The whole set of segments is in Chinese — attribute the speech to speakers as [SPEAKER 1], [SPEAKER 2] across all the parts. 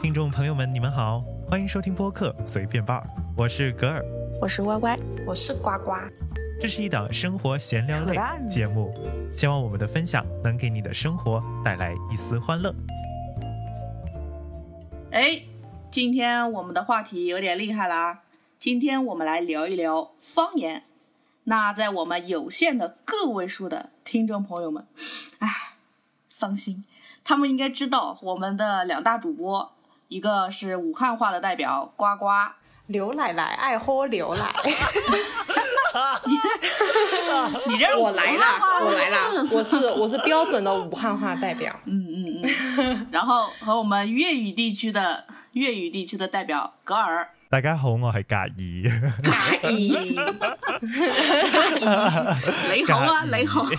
[SPEAKER 1] 听众朋友们，你们好，欢迎收听播客随便吧，我是格尔，
[SPEAKER 2] 我是歪歪，
[SPEAKER 3] 我是呱呱。
[SPEAKER 1] 这是一档生活闲聊类
[SPEAKER 2] 扯淡
[SPEAKER 1] 节目，希望我们的分享能给你的生活带来一丝欢乐。
[SPEAKER 4] 哎，今天我们的话题有点厉害啦！今天我们来聊一聊方言。那在我们有限的个位数的听众朋友们，唉，伤心，他们应该知道我们的两大主播，一个是武汉话的代表呱呱，
[SPEAKER 3] 刘奶奶爱喝牛 奶，
[SPEAKER 4] 你这是
[SPEAKER 3] 我来
[SPEAKER 4] 武
[SPEAKER 3] 啦
[SPEAKER 4] 汉话，
[SPEAKER 3] 我来啦
[SPEAKER 4] 特，色
[SPEAKER 3] 我是我是标准的武汉话代表，
[SPEAKER 4] 嗯嗯嗯。 然后和我们粤语地区的粤语地区的代表格尔，
[SPEAKER 1] 大家好，我系格尔，
[SPEAKER 3] 阿姨，
[SPEAKER 4] 雷猴啊，雷猴。
[SPEAKER 1] 你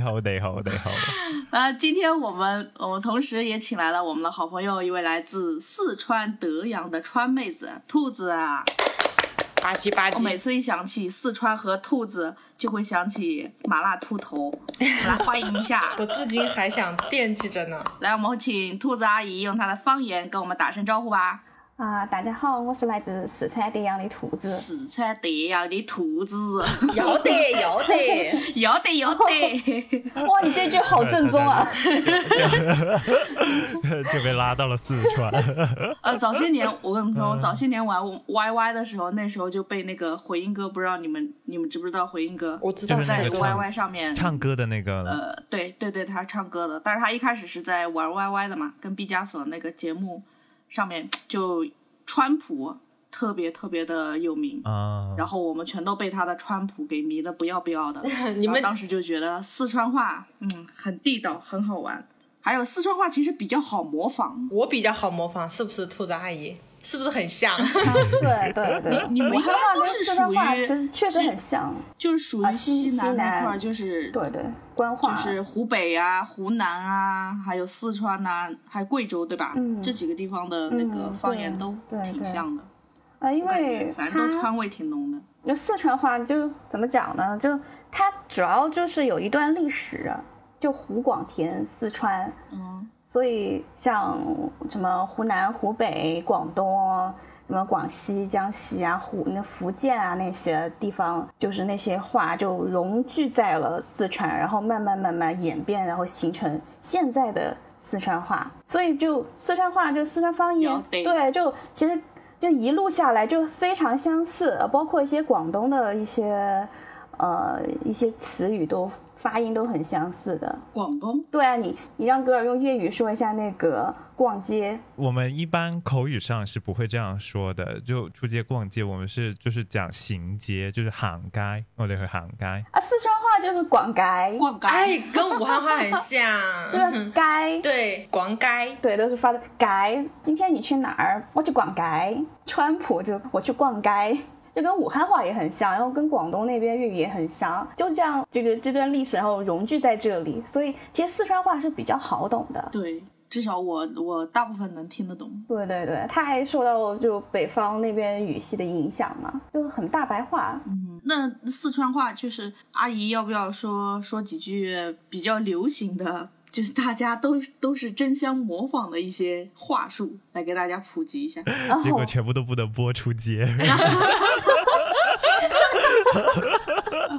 [SPEAKER 1] 好，你好，你好。
[SPEAKER 4] 呃，今天我们我们同时也请来了我们的好朋友，一位来自四川德阳的川妹子兔子啊。
[SPEAKER 3] 吧唧吧
[SPEAKER 4] 我每
[SPEAKER 3] 唧，
[SPEAKER 4] 次一想起四川和兔子，就会想起麻辣兔头。来欢迎一下
[SPEAKER 3] ，我至今还想惦记着呢。
[SPEAKER 4] 来我们请兔子阿姨用她的方言跟我们打声招呼吧。
[SPEAKER 5] 啊，大家好，我是来自四川德阳的兔 子。
[SPEAKER 4] 四川德阳的兔子，
[SPEAKER 3] 有的有的，
[SPEAKER 4] 要得要得。
[SPEAKER 5] 哇，你这句好正宗啊！
[SPEAKER 1] 就被拉到了四川。
[SPEAKER 4] 呃，早些年我跟你们说，我早些年玩 YY 的时候，那时候就被那个回音哥，不知道你们你们知不知道回音哥？
[SPEAKER 3] 我知
[SPEAKER 1] 就
[SPEAKER 3] 道。
[SPEAKER 1] 是那
[SPEAKER 4] 在
[SPEAKER 1] 个唱
[SPEAKER 4] YY 上面
[SPEAKER 1] 唱歌的那个，
[SPEAKER 4] 呃，对对对，他是唱歌的，但是他一开始是在玩 YY 的嘛，跟毕加索那个节目上面就川普特别特别的有名，
[SPEAKER 1] 啊，
[SPEAKER 4] 然后我们全都被他的川普给迷得不要不 要的
[SPEAKER 3] 你
[SPEAKER 4] 然后
[SPEAKER 3] 们
[SPEAKER 4] 当时就觉得四川话，嗯，很地道，很好玩。还有四川话其实比较好模仿，
[SPEAKER 3] 我比较好模仿，是不是兔子阿姨？是不是很 像？
[SPEAKER 5] 对 对对，
[SPEAKER 4] 你们
[SPEAKER 5] 武汉
[SPEAKER 4] 应该
[SPEAKER 5] 话
[SPEAKER 4] 都
[SPEAKER 5] 跟
[SPEAKER 4] 是
[SPEAKER 5] 四川话
[SPEAKER 4] 属于
[SPEAKER 5] 其实确实很像。
[SPEAKER 4] 就是属
[SPEAKER 5] 啊
[SPEAKER 4] 于
[SPEAKER 5] 西
[SPEAKER 4] 西南
[SPEAKER 5] 西
[SPEAKER 4] 那
[SPEAKER 5] 南
[SPEAKER 4] 块儿，就是
[SPEAKER 5] 对对，官话。
[SPEAKER 4] 就是湖北啊、湖南啊，还有四川呐、还有贵州，对吧？
[SPEAKER 5] 嗯
[SPEAKER 4] 这几个地方的那个
[SPEAKER 5] 嗯
[SPEAKER 4] 方言都
[SPEAKER 5] 对对
[SPEAKER 4] 挺
[SPEAKER 5] 对
[SPEAKER 4] 像的，
[SPEAKER 5] 呃，因
[SPEAKER 4] 我感
[SPEAKER 5] 为
[SPEAKER 4] 觉反正都
[SPEAKER 5] 它
[SPEAKER 4] 川味挺浓的。
[SPEAKER 5] 那四川话就怎么讲呢？就它主要就是有一段历史，就湖广填四川，
[SPEAKER 4] 嗯，
[SPEAKER 5] 所以像什么湖南、湖北、广东、什么广西、江西啊、湖那福建啊那些地方，就是那些话就融聚在了四川，然后慢慢慢慢演变，然后形成现在的四川话。所以就四川话，就四川
[SPEAKER 4] 了
[SPEAKER 5] 方言，
[SPEAKER 4] 解
[SPEAKER 5] 对，就其实就一路下来就非常相似，呃包括一些广东的一些呃一些词语都发音都很相似的。
[SPEAKER 4] 广东
[SPEAKER 5] 对啊，你你让格尔用粤语说一下那个逛街，
[SPEAKER 1] 我们一般口语上是不会这样说的，就出街逛街，我们是就是讲行街，就是行街，我哋去行街。
[SPEAKER 5] 啊，四川话就是广街，
[SPEAKER 4] 逛街，
[SPEAKER 3] 哎，跟武汉话很 像，
[SPEAKER 5] 这个街，
[SPEAKER 3] 对，广街。
[SPEAKER 5] 对，都是发的街。今天你去哪儿？我去逛街。川普就我去逛街，就跟武汉话也很像，然后跟广东那边粤语也很像，就这样，这个这段历史然后融聚在这里，所以其实四川话是比较好懂的。
[SPEAKER 4] 对，至少我我大部分能听得懂。
[SPEAKER 5] 对对对，它还受到就北方那边语系的影响嘛，就很大白话。
[SPEAKER 4] 嗯，那四川话就是阿姨，要不要说说几句比较流行的？就是大家都都是争相模仿的一些话术，来给大家普及一下。
[SPEAKER 5] 然
[SPEAKER 1] 结
[SPEAKER 5] 后
[SPEAKER 1] 果全部都不能播出街，
[SPEAKER 5] 不不不不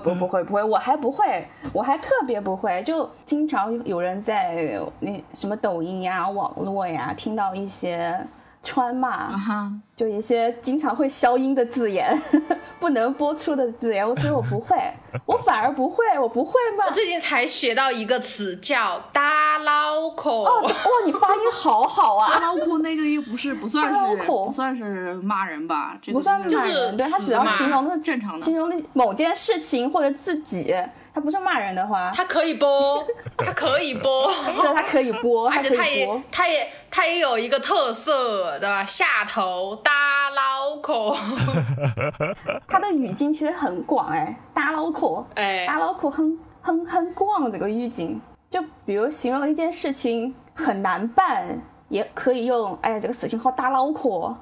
[SPEAKER 5] 不不会不会，我还不会，我还特别不会，就经常有人在那什么抖音呀、网络呀，听到一些川
[SPEAKER 4] 啊
[SPEAKER 5] 骂，
[SPEAKER 4] 哈，
[SPEAKER 5] 就一些经常会消音的字眼， 不能播出的字眼，我觉得我不会，我反而不会，我不会吗
[SPEAKER 3] 我？最近才学到一个词叫“搭捞口”，
[SPEAKER 5] 哦，哇，你发音好好啊！
[SPEAKER 4] 包括那个又不是不算是
[SPEAKER 5] 大刀口
[SPEAKER 4] 不算是骂人吧？这个
[SPEAKER 5] 不算
[SPEAKER 4] 就
[SPEAKER 5] 骂
[SPEAKER 4] 是
[SPEAKER 5] 人，对他只
[SPEAKER 3] 死
[SPEAKER 5] 要
[SPEAKER 3] 嘛
[SPEAKER 5] 形容的
[SPEAKER 4] 正常的
[SPEAKER 5] 形容的某件事情或者自己，他不是骂人的话，
[SPEAKER 3] 它可以播，它可以播。
[SPEAKER 5] 对，他可以播，还
[SPEAKER 3] 而
[SPEAKER 5] 可
[SPEAKER 3] 且它
[SPEAKER 5] 以播
[SPEAKER 3] 也。，它也，它也有一个特色，对吧？下头搭捞口，
[SPEAKER 5] 它的语境其实很广哎，大脑口，
[SPEAKER 3] 哎
[SPEAKER 5] 大脑口很很很广这个语境。就比如形容一件事情很难办，也可以用哎呀这个事情好大脑口。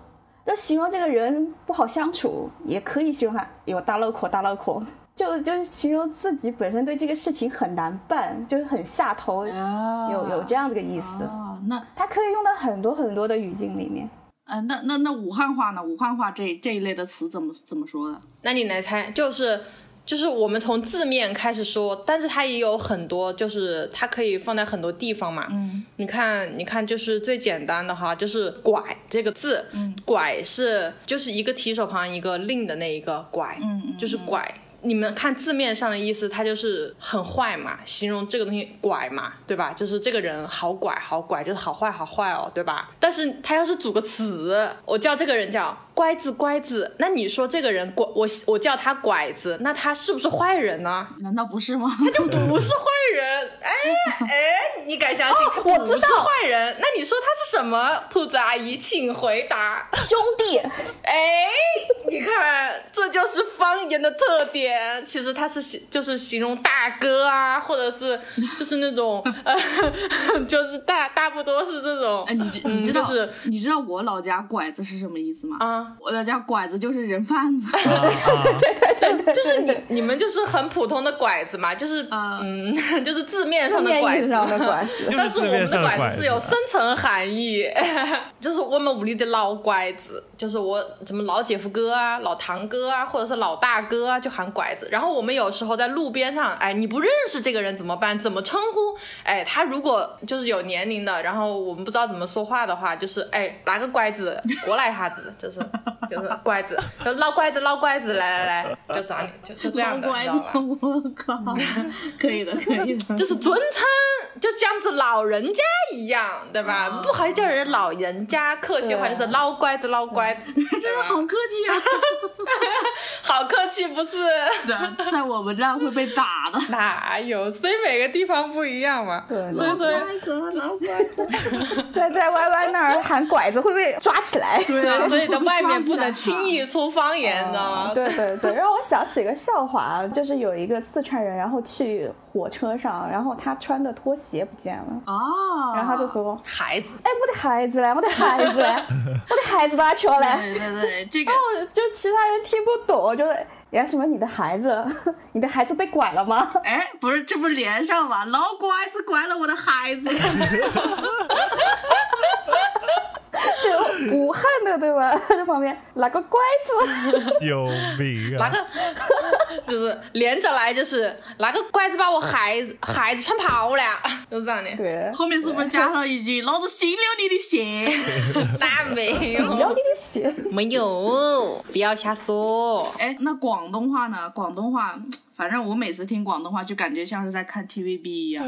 [SPEAKER 5] 就形容这个人不好相处，也可以形容他有大脑口大脑口。就就是形容自己本身对这个事情很难办，就是很下头，有
[SPEAKER 4] 有
[SPEAKER 5] 有这样这个意思。
[SPEAKER 4] 啊，那
[SPEAKER 5] 它可以用到很多很多的语境里面。
[SPEAKER 4] 呃，那那那武汉话呢？武汉话这这一类的词怎么怎么说的？
[SPEAKER 3] 那你来猜，就是就是我们从字面开始说，但是它也有很多，就是它可以放在很多地方嘛。嗯，你看，你看，就是最简单的哈，就是“拐”这个字，嗯，拐是就是一个提手旁一个令的那一个拐，嗯嗯，就是拐。你们看字面上的意思，它就是很坏嘛，形容这个东西拐嘛，对吧？就是这个人好拐，好拐，就是好坏，好坏哦，对吧？但是他要是组个词，我叫这个人叫乖子，乖子，那你说这个人拐，我我叫他拐子，那他是不是坏人呢？
[SPEAKER 4] 难道不是吗？
[SPEAKER 3] 就不是坏人，哎哎，你敢相信？
[SPEAKER 5] 我知道
[SPEAKER 3] 不是坏人，那你说他是什么？兔子阿姨，请回答。
[SPEAKER 5] 兄 弟，
[SPEAKER 3] 哎，你看，这就是方言的特点。其实它是形就是形容大哥啊，或者是就是那 种，呃、就是大大不多是这种
[SPEAKER 4] 哎，你知
[SPEAKER 3] 嗯
[SPEAKER 4] 你知道、
[SPEAKER 3] 就是
[SPEAKER 4] 你知道我老家拐子是什么意思吗？
[SPEAKER 3] 啊，
[SPEAKER 4] 我老家拐子就是人贩子。
[SPEAKER 1] 啊啊
[SPEAKER 3] 就是你你们就是很普通的拐子嘛，就是
[SPEAKER 4] 啊
[SPEAKER 3] 嗯， 就是字面
[SPEAKER 5] 字
[SPEAKER 3] 上的
[SPEAKER 5] 面
[SPEAKER 3] 拐
[SPEAKER 5] 意义
[SPEAKER 3] 子。
[SPEAKER 5] 上的拐子，
[SPEAKER 1] 就
[SPEAKER 3] 但
[SPEAKER 1] 是
[SPEAKER 3] 是
[SPEAKER 1] 字
[SPEAKER 3] 我
[SPEAKER 1] 面
[SPEAKER 3] 们的
[SPEAKER 1] 上的
[SPEAKER 3] 拐
[SPEAKER 1] 拐
[SPEAKER 3] 子是有
[SPEAKER 1] 子啊
[SPEAKER 3] 深层含义， 就是我们屋里的老拐子，就是我什么老姐夫哥啊、老堂哥啊，或者是老大哥啊，就喊拐子。然后我们有时候在路边上，哎，你不认识这个人怎么办？怎么称呼？哎，他如果就是有年龄的，然后我们不知道怎么说话的话，就是哎，拿个拐子过来一下子，就是就是拐子，就捞拐子捞拐子，来来来，就找你，就就这样的，
[SPEAKER 4] 老
[SPEAKER 3] 你
[SPEAKER 4] 拐
[SPEAKER 3] 知
[SPEAKER 4] 子
[SPEAKER 3] 道吧？，
[SPEAKER 4] 我靠！可以的，可以的。
[SPEAKER 3] 就是尊称，就像是老人家一样，对吧？不好意思叫人老人家，客气话
[SPEAKER 5] 哦对啊
[SPEAKER 3] 就是老乖子，老乖 子，
[SPEAKER 4] 真的好客气啊！
[SPEAKER 3] 好客气不是？啊
[SPEAKER 4] 在在我们这儿会被打的。
[SPEAKER 3] 哪有？所以每个地方不一样嘛。
[SPEAKER 5] 对
[SPEAKER 3] 所以说。
[SPEAKER 4] 子，老拐
[SPEAKER 5] 在在 Y Y 那 儿喊拐子会被抓起来。
[SPEAKER 4] 对啊
[SPEAKER 3] 对，所以在外面不能轻
[SPEAKER 4] 易。
[SPEAKER 3] 易出方言，啊你知道
[SPEAKER 1] 啊
[SPEAKER 3] 吗？
[SPEAKER 5] 哦对对对，让我想起一个笑话，啊就是有一个四川人，然后去火车上，然后他穿的拖鞋不见了，
[SPEAKER 4] 哦，
[SPEAKER 5] 然后他
[SPEAKER 1] 啊
[SPEAKER 5] 就说：“
[SPEAKER 3] 孩子，
[SPEAKER 5] 哎，我的孩子嘞，我的孩 子嘞，我的孩子拿球嘞。
[SPEAKER 1] 嗯
[SPEAKER 4] 对对对，这个
[SPEAKER 3] 哦
[SPEAKER 5] 然后就其他人听不懂，就是哎呀什么你的孩子， 你的孩子被拐了吗？
[SPEAKER 4] 哎，不是，这不连上吗？老拐子拐了我的孩子，
[SPEAKER 5] 对，武汉的对吧？ 这旁边拿个乖字，
[SPEAKER 1] 救命
[SPEAKER 3] 拿
[SPEAKER 1] 啊！
[SPEAKER 3] 个就是连着来，就是拿个乖子把我孩子孩子穿跑了，就这样的。
[SPEAKER 5] 对，
[SPEAKER 4] 后面是不是加上一句“老子心流你的血
[SPEAKER 3] 那没有，
[SPEAKER 5] 不要给你写。
[SPEAKER 3] 没有，不要瞎说”？。
[SPEAKER 4] 哎，那广东话呢？广东话，反正我每次听广东话就感觉像是在看 TVB 一 样。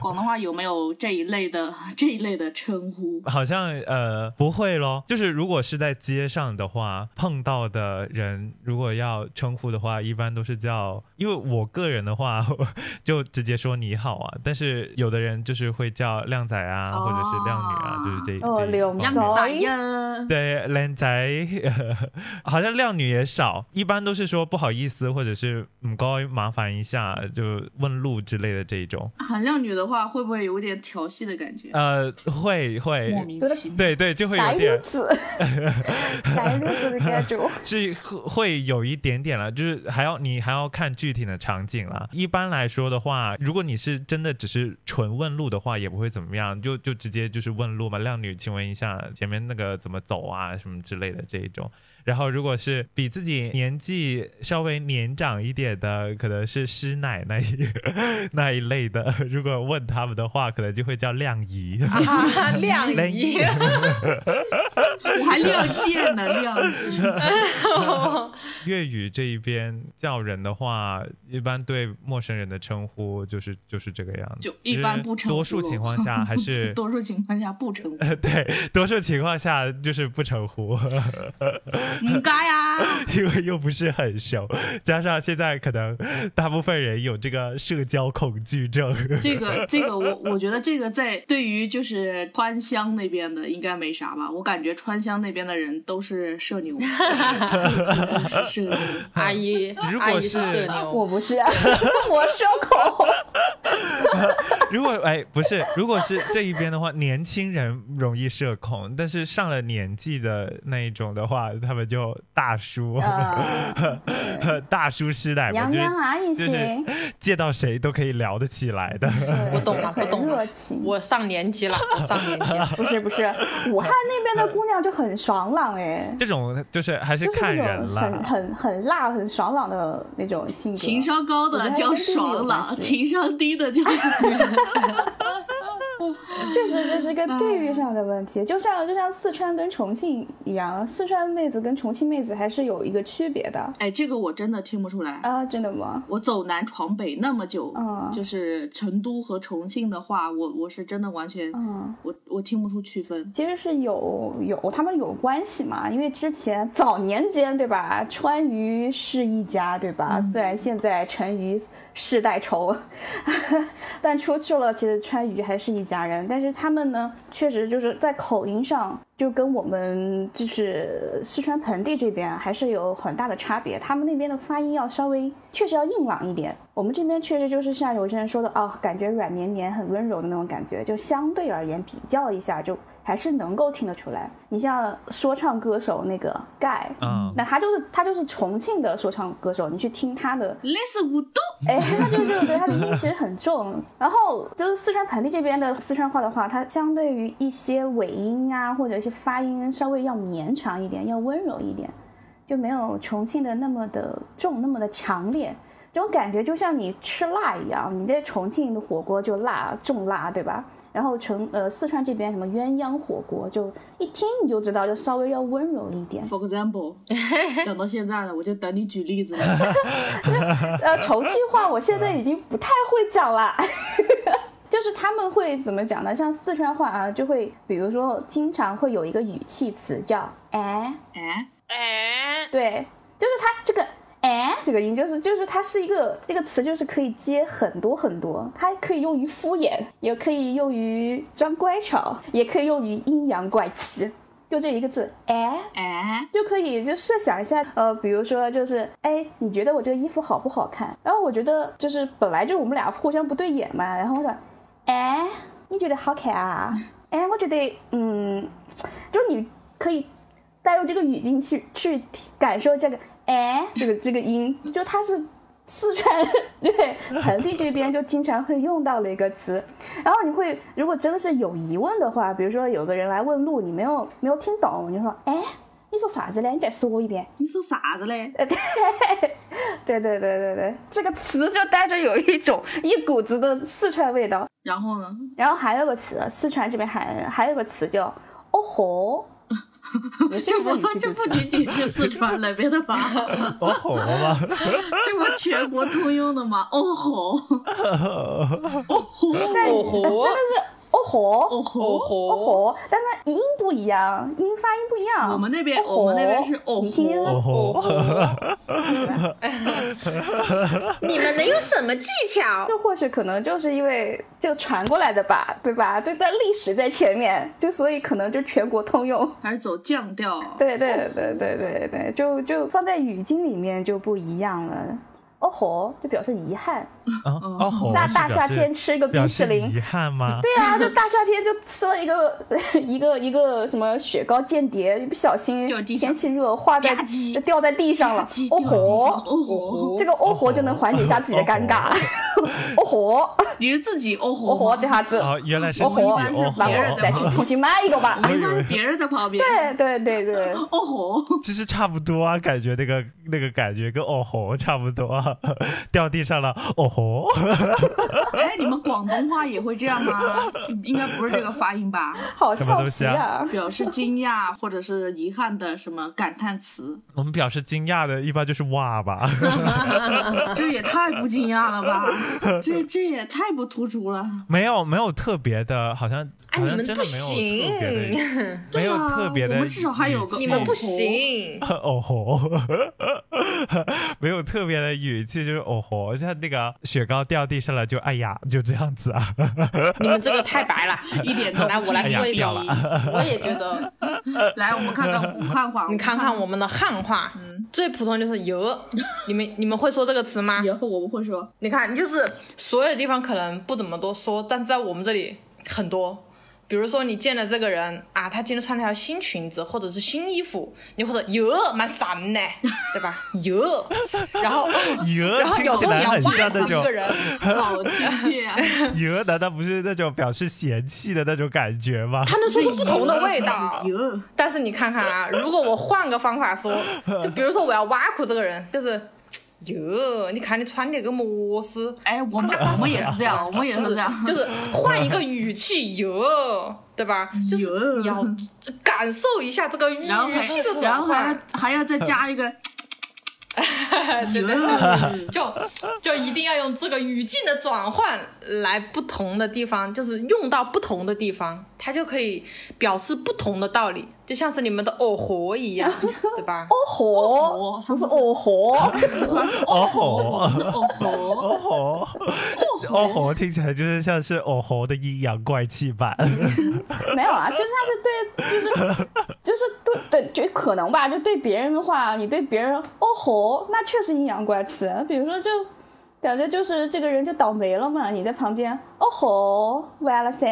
[SPEAKER 4] 广东话有没有这一类的 这一类的称呼？
[SPEAKER 1] 好像呃不会咯，就是如果是在街上的话，碰到的人如果要称呼的话，一般都是叫，因为我个人的话 就直接说你好啊，但是有的人就是会叫靓仔啊，
[SPEAKER 4] 哦
[SPEAKER 1] 或者是靓女啊，就是这
[SPEAKER 5] 哦
[SPEAKER 1] 这一
[SPEAKER 5] 靓
[SPEAKER 1] 方面
[SPEAKER 4] 靓
[SPEAKER 5] 仔
[SPEAKER 4] 仔呀，
[SPEAKER 1] 对，靓仔、 好像靓女也少，一般都是说不好意思，或者是唔该麻烦一下，就问路之类的这一种。
[SPEAKER 4] 喊靓女的话会不会有点调戏的感觉？
[SPEAKER 1] 呃，会
[SPEAKER 4] 莫
[SPEAKER 1] 会，
[SPEAKER 4] 名其妙。
[SPEAKER 1] 对对，就会
[SPEAKER 5] 白
[SPEAKER 1] 有
[SPEAKER 5] 孺
[SPEAKER 1] 点
[SPEAKER 5] 子， 白孺子的感觉。
[SPEAKER 1] 是会会有一点点了，就是还要你还要看具体的场景了。一般来说的话，如果你是真的只是纯问路的话，也不会怎么样，就就直接就是问路嘛。靓女，请问一下前面那个怎么走啊，什么之类的这一种。然后，如果是比自己年纪稍微年长一点的，可能是师奶那一 那一类的，如果问他们的话，可能就会叫靓姨。
[SPEAKER 3] 啊，晾
[SPEAKER 1] 晾
[SPEAKER 3] 衣
[SPEAKER 1] 衣，
[SPEAKER 4] 我还亮剑呢，亮剑。
[SPEAKER 1] 粤语这一边叫人的话，一般对陌生人的称呼就是就是这个样子，
[SPEAKER 4] 就一般不
[SPEAKER 1] 其实
[SPEAKER 4] 称呼
[SPEAKER 1] 多数情况下还 是。
[SPEAKER 4] 多数情况下不称呼。
[SPEAKER 1] 对，多数情况下就是不称呼，
[SPEAKER 4] 唔该啊。
[SPEAKER 1] 因为又不是很熟，加上现在可能大部分人有这个社交恐惧症，
[SPEAKER 4] 这个这个我我觉得这个在对于就是川湘那边的应该没啥吧，我感觉川湘那边的人都是社牛， 是社牛
[SPEAKER 5] 啊
[SPEAKER 3] 阿姨，
[SPEAKER 1] 嗯如
[SPEAKER 3] 阿
[SPEAKER 1] 果
[SPEAKER 3] 姨是
[SPEAKER 1] 是
[SPEAKER 3] 社牛，
[SPEAKER 5] 我不是、啊， 我社 恐。
[SPEAKER 1] 如果哎不是，如果是这一边的话，年轻人容易社恐，但是上了年纪的那一种的话，他们就大叔，
[SPEAKER 5] 啊
[SPEAKER 1] 呃 大叔师奶嘛，
[SPEAKER 5] 洋
[SPEAKER 4] 啊
[SPEAKER 1] 就是
[SPEAKER 5] 洋阿姨
[SPEAKER 1] 就
[SPEAKER 5] 型，
[SPEAKER 1] 是见到谁都可以聊得起来的。
[SPEAKER 5] 对
[SPEAKER 3] 我懂了，我
[SPEAKER 5] 很
[SPEAKER 3] 懂啊
[SPEAKER 5] 热
[SPEAKER 3] 了，
[SPEAKER 5] 情。
[SPEAKER 3] 我上年 级了，我上年级了。
[SPEAKER 5] 不是不是，武汉那边的姑娘就很爽朗哎，
[SPEAKER 1] 这种就是还是
[SPEAKER 5] 就是
[SPEAKER 1] 看
[SPEAKER 5] 那
[SPEAKER 1] 人
[SPEAKER 5] 种很
[SPEAKER 1] 啦。
[SPEAKER 5] 很很辣、很爽朗的那种性格。
[SPEAKER 4] 情商高
[SPEAKER 5] 我觉
[SPEAKER 4] 的
[SPEAKER 5] 得
[SPEAKER 4] 叫
[SPEAKER 5] 跟地域有
[SPEAKER 4] 爽朗，
[SPEAKER 5] 关系
[SPEAKER 4] 情商低的叫什么？
[SPEAKER 5] 确实这是个地域上的问题，就像就像四川跟重庆一样，四川妹子跟重庆妹子还是有一个区别的
[SPEAKER 4] 哎，这个我真的听不出来。
[SPEAKER 5] 啊，真的吗？
[SPEAKER 4] 我走南闯北那么久，
[SPEAKER 5] 嗯
[SPEAKER 4] 就是成都和重庆的话，我我是真的完全，
[SPEAKER 5] 嗯，
[SPEAKER 4] 我我听不出区分。
[SPEAKER 5] 其实是有有他们有关系嘛，因为之前早年间对吧，川渝是一家对吧？虽然现在成渝世代仇， 但出去了其实川渝还是一家人。但是他们呢，确实就是在口音上就跟我们就是四川盆地这边还是有很大的差别，他们那边的发音要稍微确实要硬朗一点，我们这边确实就是像有些人说的哦，感觉软绵绵、很温柔的那种感觉，就相对而言比较一下就。还是能够听得出来。你像说唱歌手那个盖，
[SPEAKER 1] 嗯
[SPEAKER 5] 那他就是他就是重庆的说唱歌手，你去听他的，
[SPEAKER 4] 类似古都，
[SPEAKER 5] 哎，他就是这种对他的音其实很重。然后就是四川盆地这边的四川话的话，它相对于一些尾音啊或者一些发音稍微要绵长一点，要温柔一点，就没有重庆的那么的重，那么的强烈。这种感觉就像你吃辣一样，你在重庆的火锅就辣重辣，对吧？然后成呃四川这边什么鸳鸯火锅，就一听你就知道，就稍微要温柔一点。
[SPEAKER 4] for example，讲到现在了，我就等你举例子了。
[SPEAKER 5] 呃，重庆话我现在已经不太会讲了。 就是他们会怎么讲呢？像四川话啊，就会比如说，经常会有一个语气词叫“哎
[SPEAKER 4] 哎，”，
[SPEAKER 5] 对，就是它这个“哎”这个音，就是就是它是一个这个词，就是可以接很多很多，它可以用于敷衍，也可以用于装乖巧，也可以用于阴阳怪气，就这一个字“哎”。
[SPEAKER 4] 哎，
[SPEAKER 5] 就可以就设想一下，呃，比如说就是，哎，你觉得我这个衣服好不好看？然后我觉得就是本来就我们俩互相不对眼嘛，然后我说，哎，你觉得好看啊？哎，我觉得，嗯，就是你可以带入这个语境去去体感受这个，哎，这个这个音，就它是。四川对盆地这边就经常会用到的一个词，然后你会如果真的是有疑问的话，比如说有个人来问路，你没有没有听懂，你就说哎，你说啥子嘞？你再说一遍。
[SPEAKER 4] 你说啥子嘞？
[SPEAKER 5] 对对对对对，这个词就带着有一种一股子的四川味道。
[SPEAKER 4] 然后呢？
[SPEAKER 5] 然后还有个词，四川这边还还有个词叫哦吼，也是
[SPEAKER 4] 这
[SPEAKER 5] 一个语
[SPEAKER 4] 不
[SPEAKER 5] 气
[SPEAKER 4] 这
[SPEAKER 5] 助
[SPEAKER 4] 不
[SPEAKER 5] 词。
[SPEAKER 4] 仅仅是四川那边的吧？
[SPEAKER 1] 哦吼吗？
[SPEAKER 4] 这不全国通用的吗？哦吼，
[SPEAKER 3] 哦
[SPEAKER 5] 呃真的
[SPEAKER 3] 吼，
[SPEAKER 5] 是哦吼
[SPEAKER 4] 哦
[SPEAKER 3] 哦
[SPEAKER 4] 吼，
[SPEAKER 5] 哦
[SPEAKER 3] 吼，
[SPEAKER 5] 吼，但它音不一样，音发音不一样。
[SPEAKER 4] 我们那边
[SPEAKER 5] 哦吼
[SPEAKER 4] 我们那边是哦吼
[SPEAKER 5] 你听听它
[SPEAKER 1] 哦吼，
[SPEAKER 3] 你们能有什么技巧？
[SPEAKER 5] 这或许可能就是因为就传过来的吧，对吧？这段历史在前面，就所以可能就全国通用。
[SPEAKER 4] 还是走降调？
[SPEAKER 5] 对对对对对对，就就放在语境里面就不一样了。哦吼，就表示遗憾。
[SPEAKER 1] 啊哦吼，
[SPEAKER 5] 大
[SPEAKER 1] 是
[SPEAKER 5] 大
[SPEAKER 1] 表
[SPEAKER 5] 夏
[SPEAKER 1] 示
[SPEAKER 5] 天吃一个冰
[SPEAKER 1] 表
[SPEAKER 5] 淇
[SPEAKER 1] 示
[SPEAKER 5] 淋
[SPEAKER 1] 遗，憾吗？
[SPEAKER 5] 对啊，就大夏天就吃了一个 一个一个什么雪糕间谍，一不小心
[SPEAKER 4] 掉地上
[SPEAKER 5] 天气热，化在
[SPEAKER 4] 吧唧
[SPEAKER 5] 就掉在地上
[SPEAKER 4] 吧
[SPEAKER 5] 了
[SPEAKER 4] 唧。
[SPEAKER 5] 哦
[SPEAKER 4] 掉地上
[SPEAKER 5] 吼，
[SPEAKER 4] 哦吼
[SPEAKER 5] 这个哦吼就能缓解一下自己的尴尬。哦吼，
[SPEAKER 4] 你是自己哦
[SPEAKER 5] 哦
[SPEAKER 4] 吼
[SPEAKER 5] 吼
[SPEAKER 4] 吗，
[SPEAKER 5] 这下子，
[SPEAKER 1] 哦，原来是
[SPEAKER 5] 哦
[SPEAKER 1] 自己
[SPEAKER 5] 吼，
[SPEAKER 1] 哦
[SPEAKER 5] 那
[SPEAKER 4] 别人
[SPEAKER 5] 我
[SPEAKER 1] 吼
[SPEAKER 4] 的，
[SPEAKER 5] 再去重新买一个 吧。
[SPEAKER 1] 我以
[SPEAKER 3] 哎
[SPEAKER 4] 应该
[SPEAKER 1] 为
[SPEAKER 4] 是别人在旁边。
[SPEAKER 5] 对对对对，
[SPEAKER 4] 哦吼，
[SPEAKER 1] 其实差不多啊，感觉那个那个感觉跟哦吼差不多、啊， 掉地上了，哦 吼，
[SPEAKER 4] 哎，你们广东话也会这样吗？应该不是这个发音吧？
[SPEAKER 5] 好
[SPEAKER 1] 什么
[SPEAKER 5] 俏
[SPEAKER 1] 东西
[SPEAKER 5] 皮
[SPEAKER 1] 啊
[SPEAKER 5] 啊！
[SPEAKER 4] 表示惊讶或者是遗憾的什么感叹词，
[SPEAKER 1] 我们表示惊讶的一般就是哇 吧，
[SPEAKER 4] 这也太不惊讶了吧？这这也太不突出了。
[SPEAKER 1] 没有没有特别的，好像好
[SPEAKER 3] 哎，你
[SPEAKER 1] 像
[SPEAKER 3] 们
[SPEAKER 1] 真的
[SPEAKER 3] 不
[SPEAKER 1] 没有特别的，
[SPEAKER 3] 行，
[SPEAKER 1] 没有
[SPEAKER 4] 对啊
[SPEAKER 1] 特别的语
[SPEAKER 4] 我
[SPEAKER 1] 气，
[SPEAKER 4] 们至少还有个
[SPEAKER 3] 你们不行。
[SPEAKER 1] 哦吼，没有特别的语气，就是哦吼，像那个雪糕掉地上了就哎呀，就这样子啊，
[SPEAKER 3] 你们这个太白了，
[SPEAKER 4] 一点都
[SPEAKER 3] 来
[SPEAKER 4] 不
[SPEAKER 3] 我来
[SPEAKER 4] 惊
[SPEAKER 3] 说一个
[SPEAKER 1] 哎呀
[SPEAKER 4] 讶
[SPEAKER 1] 掉
[SPEAKER 3] 我也觉得。
[SPEAKER 4] 来，我们看看武汉话。
[SPEAKER 3] 你看看我们的汉话，最普通就是“油”，你们你们会说这个词吗
[SPEAKER 4] 以？后我们会说，
[SPEAKER 3] 你看，就是所有地方可能不怎么多说，但在我们这里很多。比如说你见了这个人啊，他今天穿了条新裙子或者是新衣服，你或者哟蛮闪呢，对吧？哟，然后
[SPEAKER 1] 哟
[SPEAKER 3] 然后有时候你要
[SPEAKER 1] 听起来
[SPEAKER 3] 挖
[SPEAKER 1] 很像那
[SPEAKER 3] 苦
[SPEAKER 1] 种
[SPEAKER 3] 一个人，
[SPEAKER 4] 好亲切 啊！
[SPEAKER 1] 哟，难道不是那种表示嫌弃的那种感觉吗？
[SPEAKER 3] 他能说出不同的味 道。
[SPEAKER 4] 哟，
[SPEAKER 3] 但是你看看啊，如果我换个方法说，就比如说我要挖苦这个人，就是哟，你看你穿的跟么似，
[SPEAKER 4] 哎，我们我们也是这样，我们也是这 样，
[SPEAKER 3] 就是换一个语气哟，对吧？就是
[SPEAKER 4] 哟
[SPEAKER 3] 你要感受一下这个语
[SPEAKER 4] 然后还
[SPEAKER 3] 气的
[SPEAKER 4] 然
[SPEAKER 3] 转
[SPEAKER 4] 后还
[SPEAKER 3] 换
[SPEAKER 4] 要。还要再加 一个哟，
[SPEAKER 3] 就就一定要用这个语境的转换来不同的地方，就是用到不同的地方，它就可以表示不同的道理，就像是你们的哦吼一样，对吧？
[SPEAKER 5] 哦吼，
[SPEAKER 4] 他
[SPEAKER 5] 不
[SPEAKER 4] 们
[SPEAKER 5] 是哦吼，
[SPEAKER 1] 哦吼，
[SPEAKER 4] 哦吼，
[SPEAKER 1] 哦吼，哦吼，听起来就是像是哦吼的阴阳怪气版。
[SPEAKER 3] 嗯
[SPEAKER 5] 没有啊，其实他是对，就是 就是对对，就可能吧，就对别人的话，你对别人哦吼，那确实阴阳怪气。比如说就。感觉就是这个人就倒霉了嘛，你在旁边哦吼，歪了噻，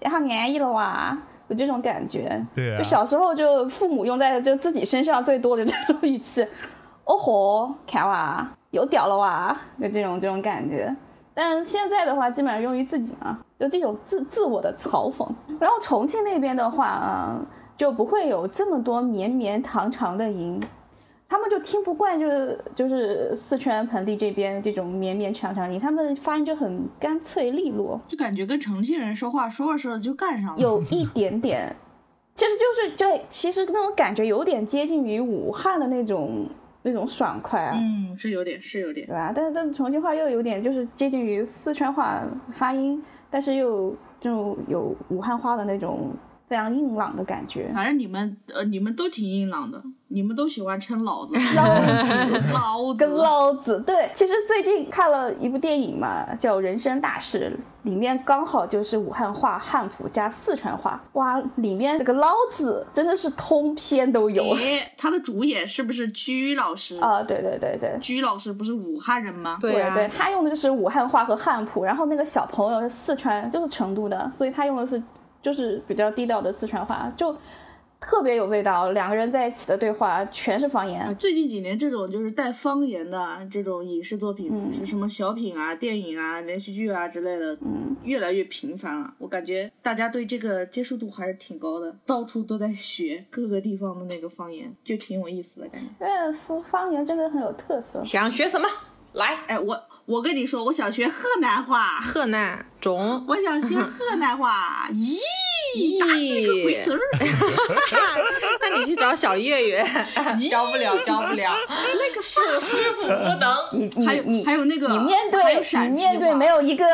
[SPEAKER 5] 然后安逸了哇，有这种感觉。
[SPEAKER 1] 对啊
[SPEAKER 5] 就小时候就父母用在就自己身上最多的这种语气，哦吼，看哇，有屌了哇，就这种这种感觉。但现在的话，基本上用于自己啊，就这种自自我的嘲讽。然后重庆那边的话啊，就不会有这么多绵绵长长的音，他们就听不惯，就是就是四川盆地这边这种绵绵长长的音，他们的发音就很干脆利落，
[SPEAKER 4] 就感觉跟重庆人说话，说着说着就干上了。
[SPEAKER 5] 有一点点，其实就是这，其实那种感觉有点接近于武汉的那种那种爽快啊。
[SPEAKER 4] 嗯，是有点，是有点。
[SPEAKER 5] 对吧？但是但重庆话又有点就是接近于四川话发音，但是又就有武汉话的那种非常硬朗的感觉。
[SPEAKER 4] 反正你们呃，你们都挺硬朗的，你们都喜欢称老子， 老子，
[SPEAKER 5] 跟老子对，其实最近看了一部电影嘛，叫《人生大事》，里面刚好就是武汉话、汉普加四川话，哇，里面这个“老子”真的是通篇都有。
[SPEAKER 4] 诶他的主演是不是居老师？
[SPEAKER 5] 啊、对对对对，
[SPEAKER 4] 居老师不是武汉人吗？
[SPEAKER 3] 对啊，
[SPEAKER 5] 对，他用的就是武汉话和汉普，然后那个小朋友是四川，就是成都的，所以他用的是就是比较地道的四川话，就特别有味道。两个人在一起的对话全是方
[SPEAKER 4] 啊
[SPEAKER 3] 嗯
[SPEAKER 5] 言，
[SPEAKER 4] 最近几年这种就是带方言的啊这种影视作品，
[SPEAKER 5] 嗯
[SPEAKER 4] 是什么小品啊、电影啊、连续剧啊之类的，
[SPEAKER 5] 嗯
[SPEAKER 4] 越来越频繁了。我感觉大家对这个接受度还是挺高的，到处都在学各个地方的那个方言，就挺有意思的感觉。
[SPEAKER 5] 因为方方言真的很有特色。
[SPEAKER 3] 想学什么来
[SPEAKER 4] 哎，我我跟你说，我想学河南话，
[SPEAKER 3] 河南中，
[SPEAKER 4] 我想学河南 话，咦，打死你个鬼
[SPEAKER 3] 咦
[SPEAKER 4] 孙，儿！
[SPEAKER 3] 那你去找小月 月，教不了，教不了， 那个是师傅不能。
[SPEAKER 5] 你你
[SPEAKER 4] 还有
[SPEAKER 5] 你
[SPEAKER 4] 还有那个
[SPEAKER 5] 你面
[SPEAKER 4] 还有
[SPEAKER 5] 对
[SPEAKER 4] 陕
[SPEAKER 5] 你
[SPEAKER 4] 西
[SPEAKER 5] 面对
[SPEAKER 4] 话
[SPEAKER 5] 没有 一个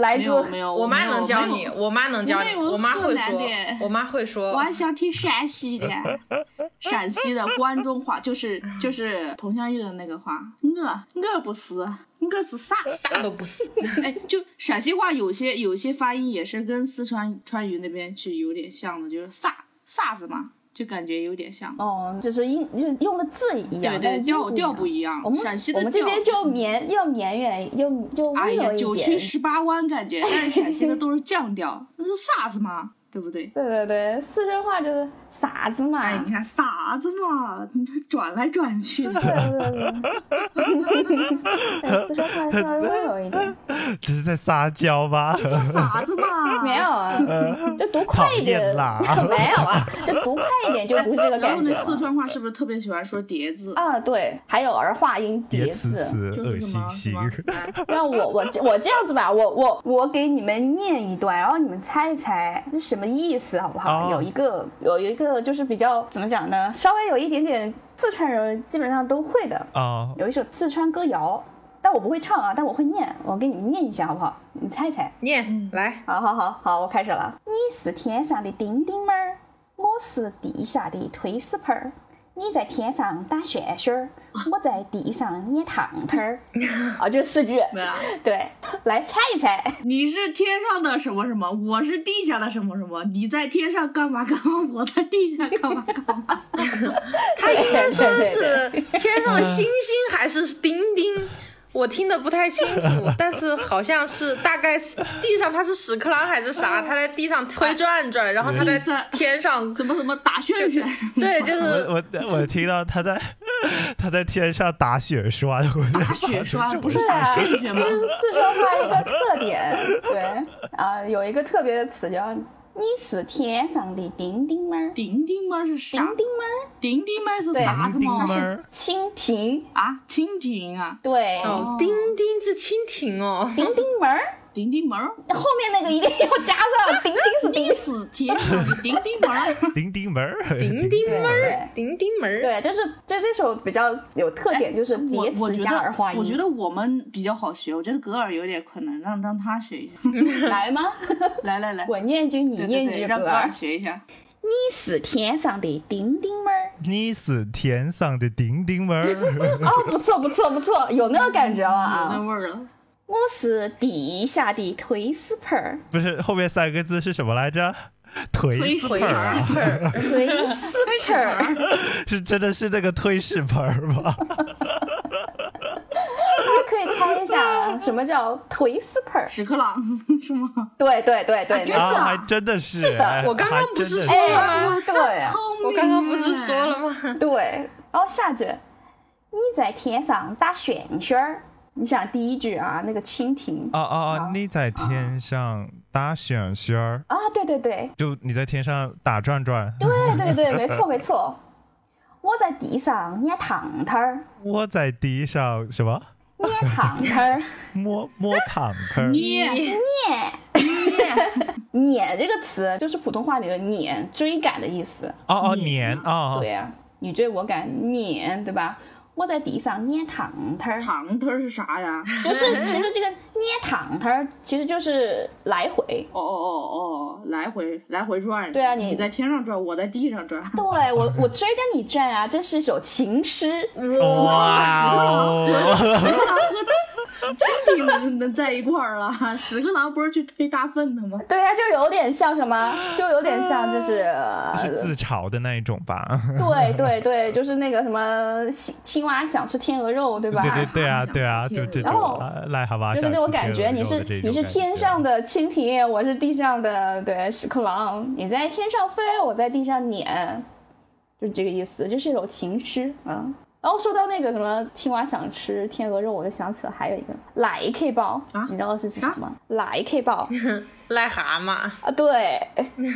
[SPEAKER 5] 来
[SPEAKER 4] 没
[SPEAKER 5] 自
[SPEAKER 4] 有没有，
[SPEAKER 3] 我妈
[SPEAKER 4] 没有
[SPEAKER 3] 能教
[SPEAKER 4] 没
[SPEAKER 3] 你，
[SPEAKER 4] 有
[SPEAKER 3] 我妈能教
[SPEAKER 4] 没
[SPEAKER 3] 你，
[SPEAKER 4] 有
[SPEAKER 3] 我妈会
[SPEAKER 4] 河南
[SPEAKER 3] 说
[SPEAKER 4] 的，
[SPEAKER 3] 我妈会说，
[SPEAKER 4] 我还想听陕西的，陕西的关中话，就是就是佟湘玉的那个话，我我不是，我是啥？
[SPEAKER 3] 啥都不是。
[SPEAKER 4] 哎，就陕西话有些有些发音也是跟四川川渝那边是有点像的，就是啥啥子嘛，就感觉有点像。
[SPEAKER 5] 哦，就是音就是用的字一样
[SPEAKER 4] 对，
[SPEAKER 5] 但
[SPEAKER 4] 对，
[SPEAKER 5] 是
[SPEAKER 4] 调调不
[SPEAKER 5] 一样。
[SPEAKER 4] 一样
[SPEAKER 5] 我，们
[SPEAKER 4] 陕西
[SPEAKER 5] 我
[SPEAKER 4] 的
[SPEAKER 5] 们这
[SPEAKER 4] 调。
[SPEAKER 5] 边就绵要绵远，就就
[SPEAKER 4] 哎
[SPEAKER 5] 温
[SPEAKER 4] 呀
[SPEAKER 5] 柔，
[SPEAKER 4] 九
[SPEAKER 5] 一
[SPEAKER 4] 曲
[SPEAKER 5] 点。
[SPEAKER 4] 十八弯感觉，但是陕西的都是降调，那是啥子嘛，对不对？
[SPEAKER 5] 对对对，四川话就是傻子嘛。
[SPEAKER 4] 哎，你看啥子嘛，你这转来转去 的。
[SPEAKER 5] 对对，四川话稍微温柔一点，
[SPEAKER 1] 这是在撒娇吗？
[SPEAKER 4] 傻子嘛，
[SPEAKER 5] 没有啊，就读
[SPEAKER 1] 呃讨
[SPEAKER 5] 快一点
[SPEAKER 1] 厌，啦！
[SPEAKER 5] 没有啊，就读快一点就不是这个
[SPEAKER 4] 然 后
[SPEAKER 5] 感觉
[SPEAKER 4] 那四
[SPEAKER 5] 了。
[SPEAKER 4] 川话是不是特别喜欢说叠字？
[SPEAKER 5] 啊，对，还有儿化音叠
[SPEAKER 1] 别
[SPEAKER 5] 字
[SPEAKER 1] 此， 此
[SPEAKER 4] 就
[SPEAKER 1] 恶
[SPEAKER 4] 是什
[SPEAKER 1] 心
[SPEAKER 4] 么什
[SPEAKER 1] 心
[SPEAKER 4] 么，哎
[SPEAKER 5] 让我我我这样子吧，我我我给你们念一段，然后你们猜一猜这什么意思，好不
[SPEAKER 1] 哦
[SPEAKER 5] 好？有一个有一个就是比较怎么讲呢，稍微有一点点四川人基本上都会的，
[SPEAKER 1] 啊！
[SPEAKER 5] 有一首四川歌谣，但我不会唱啊，但我会念，我给你们念一下，好不好？你猜一猜。
[SPEAKER 3] 念来，
[SPEAKER 5] 好好好好，我开始了。你是天上的丁丁妹儿，我是地下的推屎盆儿。你在天上打旋旋儿，我在地上捏糖糖 儿。啊，就四句。
[SPEAKER 4] 没了。
[SPEAKER 5] 对，来猜一 猜，
[SPEAKER 4] 你是天上的什么什么，我是地下的什么什么。你在天上干嘛干嘛，我在地下干嘛干嘛。
[SPEAKER 3] 他应该说的
[SPEAKER 5] 对对
[SPEAKER 3] 是天上的星星还是钉钉？我听得不太清楚，但是好像是大概是地上它是屎壳郎还是啥，它在地上推转转，然后它在
[SPEAKER 4] 嗯
[SPEAKER 3] 天上，
[SPEAKER 4] 什么什么打旋旋，
[SPEAKER 3] 对，就是
[SPEAKER 1] 我我我听到他在他在天上打雪刷，我就
[SPEAKER 4] 打雪刷，不是
[SPEAKER 5] 对啊，
[SPEAKER 4] 打
[SPEAKER 5] 这
[SPEAKER 4] 旋
[SPEAKER 5] 是
[SPEAKER 4] 旋吗？
[SPEAKER 5] 四川话一个特点， 对啊、有一个特别的词叫“你是天上的丁丁吗？
[SPEAKER 4] 丁丁吗？是啥？
[SPEAKER 5] 丁丁吗？
[SPEAKER 4] 丁丁吗？是啥子
[SPEAKER 1] 钉钉
[SPEAKER 4] 吗？
[SPEAKER 1] 门
[SPEAKER 4] 是
[SPEAKER 1] 儿，
[SPEAKER 5] 蜻蜓，
[SPEAKER 4] 啊，蜻蜓啊，
[SPEAKER 5] 对，
[SPEAKER 3] 哦，钉钉是蜻蜓哦，
[SPEAKER 5] 丁丁门儿，
[SPEAKER 4] 丁丁门儿，
[SPEAKER 5] 后面那个一定要加上，丁丁是丁
[SPEAKER 4] 你是天上的丁丁门儿。
[SPEAKER 1] 钉钉门儿，
[SPEAKER 3] 钉钉门
[SPEAKER 5] 对
[SPEAKER 3] 儿，钉钉门儿，
[SPEAKER 5] 对，就是这这首比较有特点，就是
[SPEAKER 4] 我
[SPEAKER 5] 叠
[SPEAKER 4] 我
[SPEAKER 5] 词
[SPEAKER 4] 觉
[SPEAKER 5] 加儿
[SPEAKER 4] 得
[SPEAKER 5] 化音。
[SPEAKER 4] 我觉得我们比较好学，我觉得格尔有点困难，让让他学一下。
[SPEAKER 5] 来吗？
[SPEAKER 4] 来来来，
[SPEAKER 5] 我念句，你
[SPEAKER 4] 对对
[SPEAKER 5] 念啊
[SPEAKER 4] 对，
[SPEAKER 5] 句，
[SPEAKER 4] 让格
[SPEAKER 5] 吧
[SPEAKER 4] 尔学一下。
[SPEAKER 5] 你是天上的丁丁吗？
[SPEAKER 1] 你是天上的钉钉门儿，
[SPEAKER 5] 哦，不错不错不错，有那个感觉了
[SPEAKER 4] 有嗯那
[SPEAKER 5] 啊！
[SPEAKER 4] 味儿了，
[SPEAKER 5] 我是地下的推屎盆儿，
[SPEAKER 1] 不是后面三个字是什么来着？推屎盆
[SPEAKER 3] 回
[SPEAKER 1] 儿啊，
[SPEAKER 3] 四盆儿，
[SPEAKER 5] 推屎盆儿，
[SPEAKER 1] 是真的是那个推屎盆儿吗？
[SPEAKER 5] 大家可以猜一下什么叫推屎盆儿？
[SPEAKER 4] 屎壳郎 是吗？
[SPEAKER 5] 对对对对，没
[SPEAKER 4] 真
[SPEAKER 5] 错，
[SPEAKER 1] 啊，
[SPEAKER 5] 哎
[SPEAKER 1] 还真的是，
[SPEAKER 5] 是的
[SPEAKER 1] 哎
[SPEAKER 3] 我刚刚
[SPEAKER 1] 还
[SPEAKER 3] 不是
[SPEAKER 1] 真的
[SPEAKER 3] 说了吗
[SPEAKER 5] 哎， 对
[SPEAKER 3] 我刚
[SPEAKER 4] 啊
[SPEAKER 3] 刚不是说了吗？
[SPEAKER 5] 对。然后下句，你在天上打旋旋儿，你想第一句啊，那个蜻蜓
[SPEAKER 1] 哦哦哦，你在天上打旋旋儿，
[SPEAKER 5] 啊，对对对，
[SPEAKER 1] 就你在天上打转转，
[SPEAKER 5] 对对对，没错没错。我在地上捏糖糖儿，
[SPEAKER 1] 窝在地上什么
[SPEAKER 5] 捏糖糖儿，
[SPEAKER 1] 摸摸躺坑，
[SPEAKER 4] 捏
[SPEAKER 5] 撵这个词就是普通话里的撵，追赶的意思。
[SPEAKER 1] 哦哦年哦
[SPEAKER 5] 对，呀、你追我赶，撵，对吧？我在地上捏糖糖儿，
[SPEAKER 4] 糖头是啥呀？
[SPEAKER 5] 就是其实这个捏糖糖儿其实就是来回。
[SPEAKER 4] 哦哦哦哦，来回来回转。
[SPEAKER 5] 对啊你
[SPEAKER 4] 你在天上转，我在地上转。
[SPEAKER 5] 对我，我追着你转啊！这是一首情诗，
[SPEAKER 1] 哇哦，
[SPEAKER 4] 屎壳郎和蜻蜓能能在一块儿了？ 屎壳郎不是去推大粪的吗？
[SPEAKER 5] 对啊，就有点像什么，就有点像就是、呃
[SPEAKER 1] 是自嘲的那一种吧？
[SPEAKER 5] 对对对，就是那个什么青青蛙想吃天鹅肉，对吧？
[SPEAKER 1] 对对对啊，对啊，
[SPEAKER 4] 天
[SPEAKER 1] 就
[SPEAKER 4] 鹅
[SPEAKER 1] 这
[SPEAKER 5] 然后
[SPEAKER 1] 种啊癞蛤蟆想
[SPEAKER 5] 就是
[SPEAKER 1] 吃
[SPEAKER 5] 那
[SPEAKER 1] 天鹅肉的这
[SPEAKER 5] 种感
[SPEAKER 1] 种
[SPEAKER 5] 觉，
[SPEAKER 1] 感觉，
[SPEAKER 5] 你是你是 天上的蜻蜓，我是地上的对屎壳郎，你在天上飞，我在地上撵，就这个意思，这是一首情诗啊。然后说到那个什么青蛙想吃天鹅肉，我就想起了还有一个来 K 包，
[SPEAKER 4] 啊
[SPEAKER 5] 你知道是指什么？来 K 包
[SPEAKER 3] 癞蛤蟆
[SPEAKER 5] 啊，对，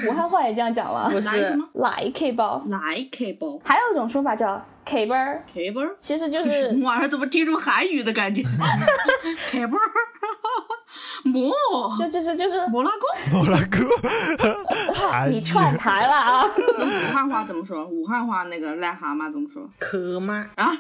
[SPEAKER 5] 武汉话也这样讲了，
[SPEAKER 3] 不
[SPEAKER 4] 来什
[SPEAKER 3] 是
[SPEAKER 4] 么？
[SPEAKER 5] 来 K 包，
[SPEAKER 4] 来 K 包
[SPEAKER 5] 还有一种说法叫 K 包儿，
[SPEAKER 4] K 包。
[SPEAKER 5] 其实就
[SPEAKER 4] 什
[SPEAKER 5] 是
[SPEAKER 4] 么玩意儿？怎么听出韩语的感觉？K 包，蘑
[SPEAKER 5] 就就 是就是
[SPEAKER 4] 摩拉贡。
[SPEAKER 1] 摩拉 哥，
[SPEAKER 4] 啊
[SPEAKER 1] 韩
[SPEAKER 5] 你
[SPEAKER 1] 语
[SPEAKER 5] 串台 了啊！
[SPEAKER 4] 那武汉话怎么说？武汉话那个癞蛤蟆怎么说
[SPEAKER 3] 壳吗？
[SPEAKER 4] 啊？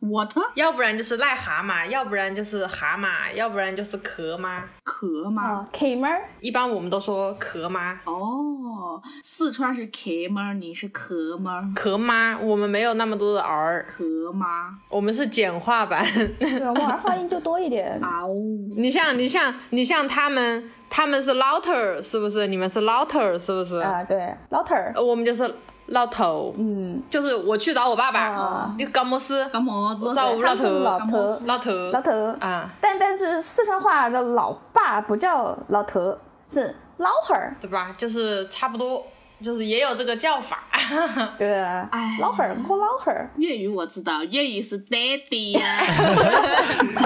[SPEAKER 4] 我的
[SPEAKER 3] 要不然就是癞蛤蟆，要不然就是蛤蟆，要不然就是壳吗？
[SPEAKER 4] 壳吗？
[SPEAKER 5] 啊，K 妹儿，
[SPEAKER 3] 一般我们都说壳吗？
[SPEAKER 4] 哦，四川是 K 吗？你是壳吗？
[SPEAKER 3] 壳吗？我们没有那么多的 R，
[SPEAKER 4] 壳吗？
[SPEAKER 3] 我们是简化版。
[SPEAKER 5] 对，我儿化音就多一点。
[SPEAKER 4] 啊呜！
[SPEAKER 3] 你像你像你像他们，他们是 louder 是不是？你们是 louder 是不是？
[SPEAKER 5] 啊，对，老头儿，
[SPEAKER 3] 呃我们就是老头，
[SPEAKER 5] 嗯，
[SPEAKER 3] 就是我去找我爸爸
[SPEAKER 5] 啊，
[SPEAKER 3] 就高摩斯
[SPEAKER 4] 干么子？
[SPEAKER 3] 造
[SPEAKER 5] 他们是老
[SPEAKER 4] 干么
[SPEAKER 5] 头
[SPEAKER 4] 子，
[SPEAKER 3] 老头
[SPEAKER 5] 老头儿。
[SPEAKER 3] 啊，
[SPEAKER 5] 但但是四川话的老爸不叫老头儿，是老汉儿，
[SPEAKER 3] 对吧？就是差不多，就是也有这个叫法。
[SPEAKER 5] 对，
[SPEAKER 4] 哎
[SPEAKER 5] 老汉儿过老汉儿。
[SPEAKER 4] 粤语我知道，粤语是 daddy 呀哎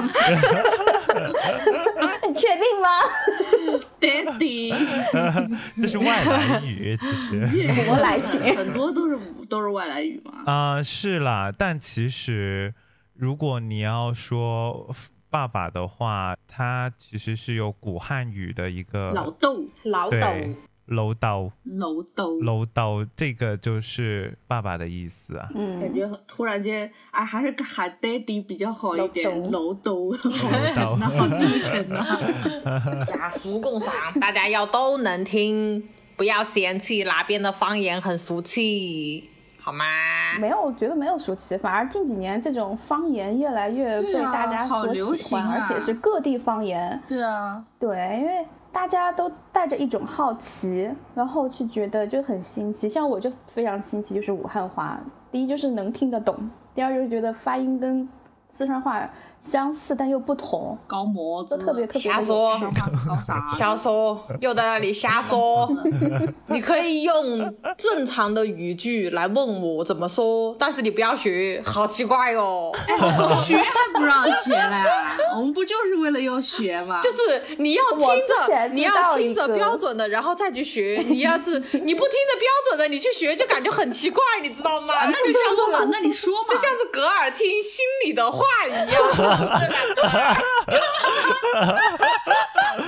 [SPEAKER 5] 哎你确定吗？
[SPEAKER 4] ，daddy。
[SPEAKER 1] 这是外来语， 其实。
[SPEAKER 4] 粤语
[SPEAKER 5] 我来请。
[SPEAKER 4] 很多都是都是外来语嘛。
[SPEAKER 1] 啊、是啦，但其实如果你要说爸爸的话，他其实是有古汉语的一个
[SPEAKER 4] 老豆，
[SPEAKER 3] 老
[SPEAKER 1] 对楼道
[SPEAKER 4] 老豆，
[SPEAKER 1] 楼道，这个就是爸爸的意思啊。
[SPEAKER 5] 嗯
[SPEAKER 4] 感，觉突然间，哎，还是喊 daddy 比较好一点。
[SPEAKER 5] 老
[SPEAKER 4] 楼兜，好
[SPEAKER 1] 楼
[SPEAKER 4] 沉
[SPEAKER 1] 兜
[SPEAKER 4] 呐，好低沉呐。
[SPEAKER 3] 雅俗共赏，大家要都能听，不要嫌弃哪边的方言很俗气，好吗？
[SPEAKER 5] 没有，我觉得没有熟悉，反而近几年这种方言越来越被
[SPEAKER 4] 对啊
[SPEAKER 5] 大家
[SPEAKER 4] 好
[SPEAKER 5] 所
[SPEAKER 4] 流
[SPEAKER 5] 喜欢，
[SPEAKER 4] 行啊
[SPEAKER 5] 而且是各地方言。
[SPEAKER 4] 对啊，
[SPEAKER 5] 对，因为大家都带着一种好奇，然后去觉得就很新奇。像我就非常新奇，就是武汉话，第一就是能听得懂，第二就是觉得发音跟四川话相似但又不同，
[SPEAKER 4] 高模子
[SPEAKER 5] 都特别特别
[SPEAKER 3] 瞎
[SPEAKER 5] 的
[SPEAKER 3] 说
[SPEAKER 5] 有趣
[SPEAKER 4] 嗯说话是高啥？
[SPEAKER 3] 瞎说，又在那里瞎 说。你可以用正常的语句来问我怎么说，但是你不要学，好奇怪哦。
[SPEAKER 5] 哎
[SPEAKER 4] 学还不让学嘞？我们不就是为了要学吗？
[SPEAKER 3] 就是是你要听
[SPEAKER 5] 我之
[SPEAKER 3] 着，
[SPEAKER 5] 前
[SPEAKER 3] 你
[SPEAKER 5] 知道
[SPEAKER 3] 要听着
[SPEAKER 5] 一个
[SPEAKER 3] 标准的，然后再去学。你要是你不听着标准的，你去学就感觉很奇怪，你知道吗？
[SPEAKER 5] 啊
[SPEAKER 4] 啊那你
[SPEAKER 3] 就像
[SPEAKER 4] 说嘛，那你说嘛，
[SPEAKER 3] 就像是格尔听心里的话一 样，对吧？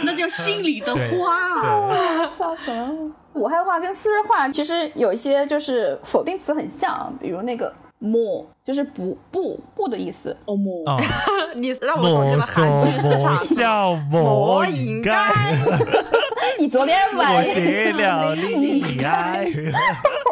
[SPEAKER 4] 那叫心里的
[SPEAKER 1] 对
[SPEAKER 4] 话。
[SPEAKER 1] 对，
[SPEAKER 5] 笑死了！武汉话跟苏州话其实有一些就是否定词很像，比如那个莫，就是不不不的意思。
[SPEAKER 4] 哦莫，
[SPEAKER 1] 啊，
[SPEAKER 3] 你让 我总结
[SPEAKER 1] 莫
[SPEAKER 3] 了
[SPEAKER 1] 说
[SPEAKER 3] 韩剧市
[SPEAKER 1] 莫
[SPEAKER 3] 场
[SPEAKER 1] 笑莫应该，
[SPEAKER 5] 哎你昨天
[SPEAKER 1] 我
[SPEAKER 5] 晚上
[SPEAKER 1] 写了你的爱，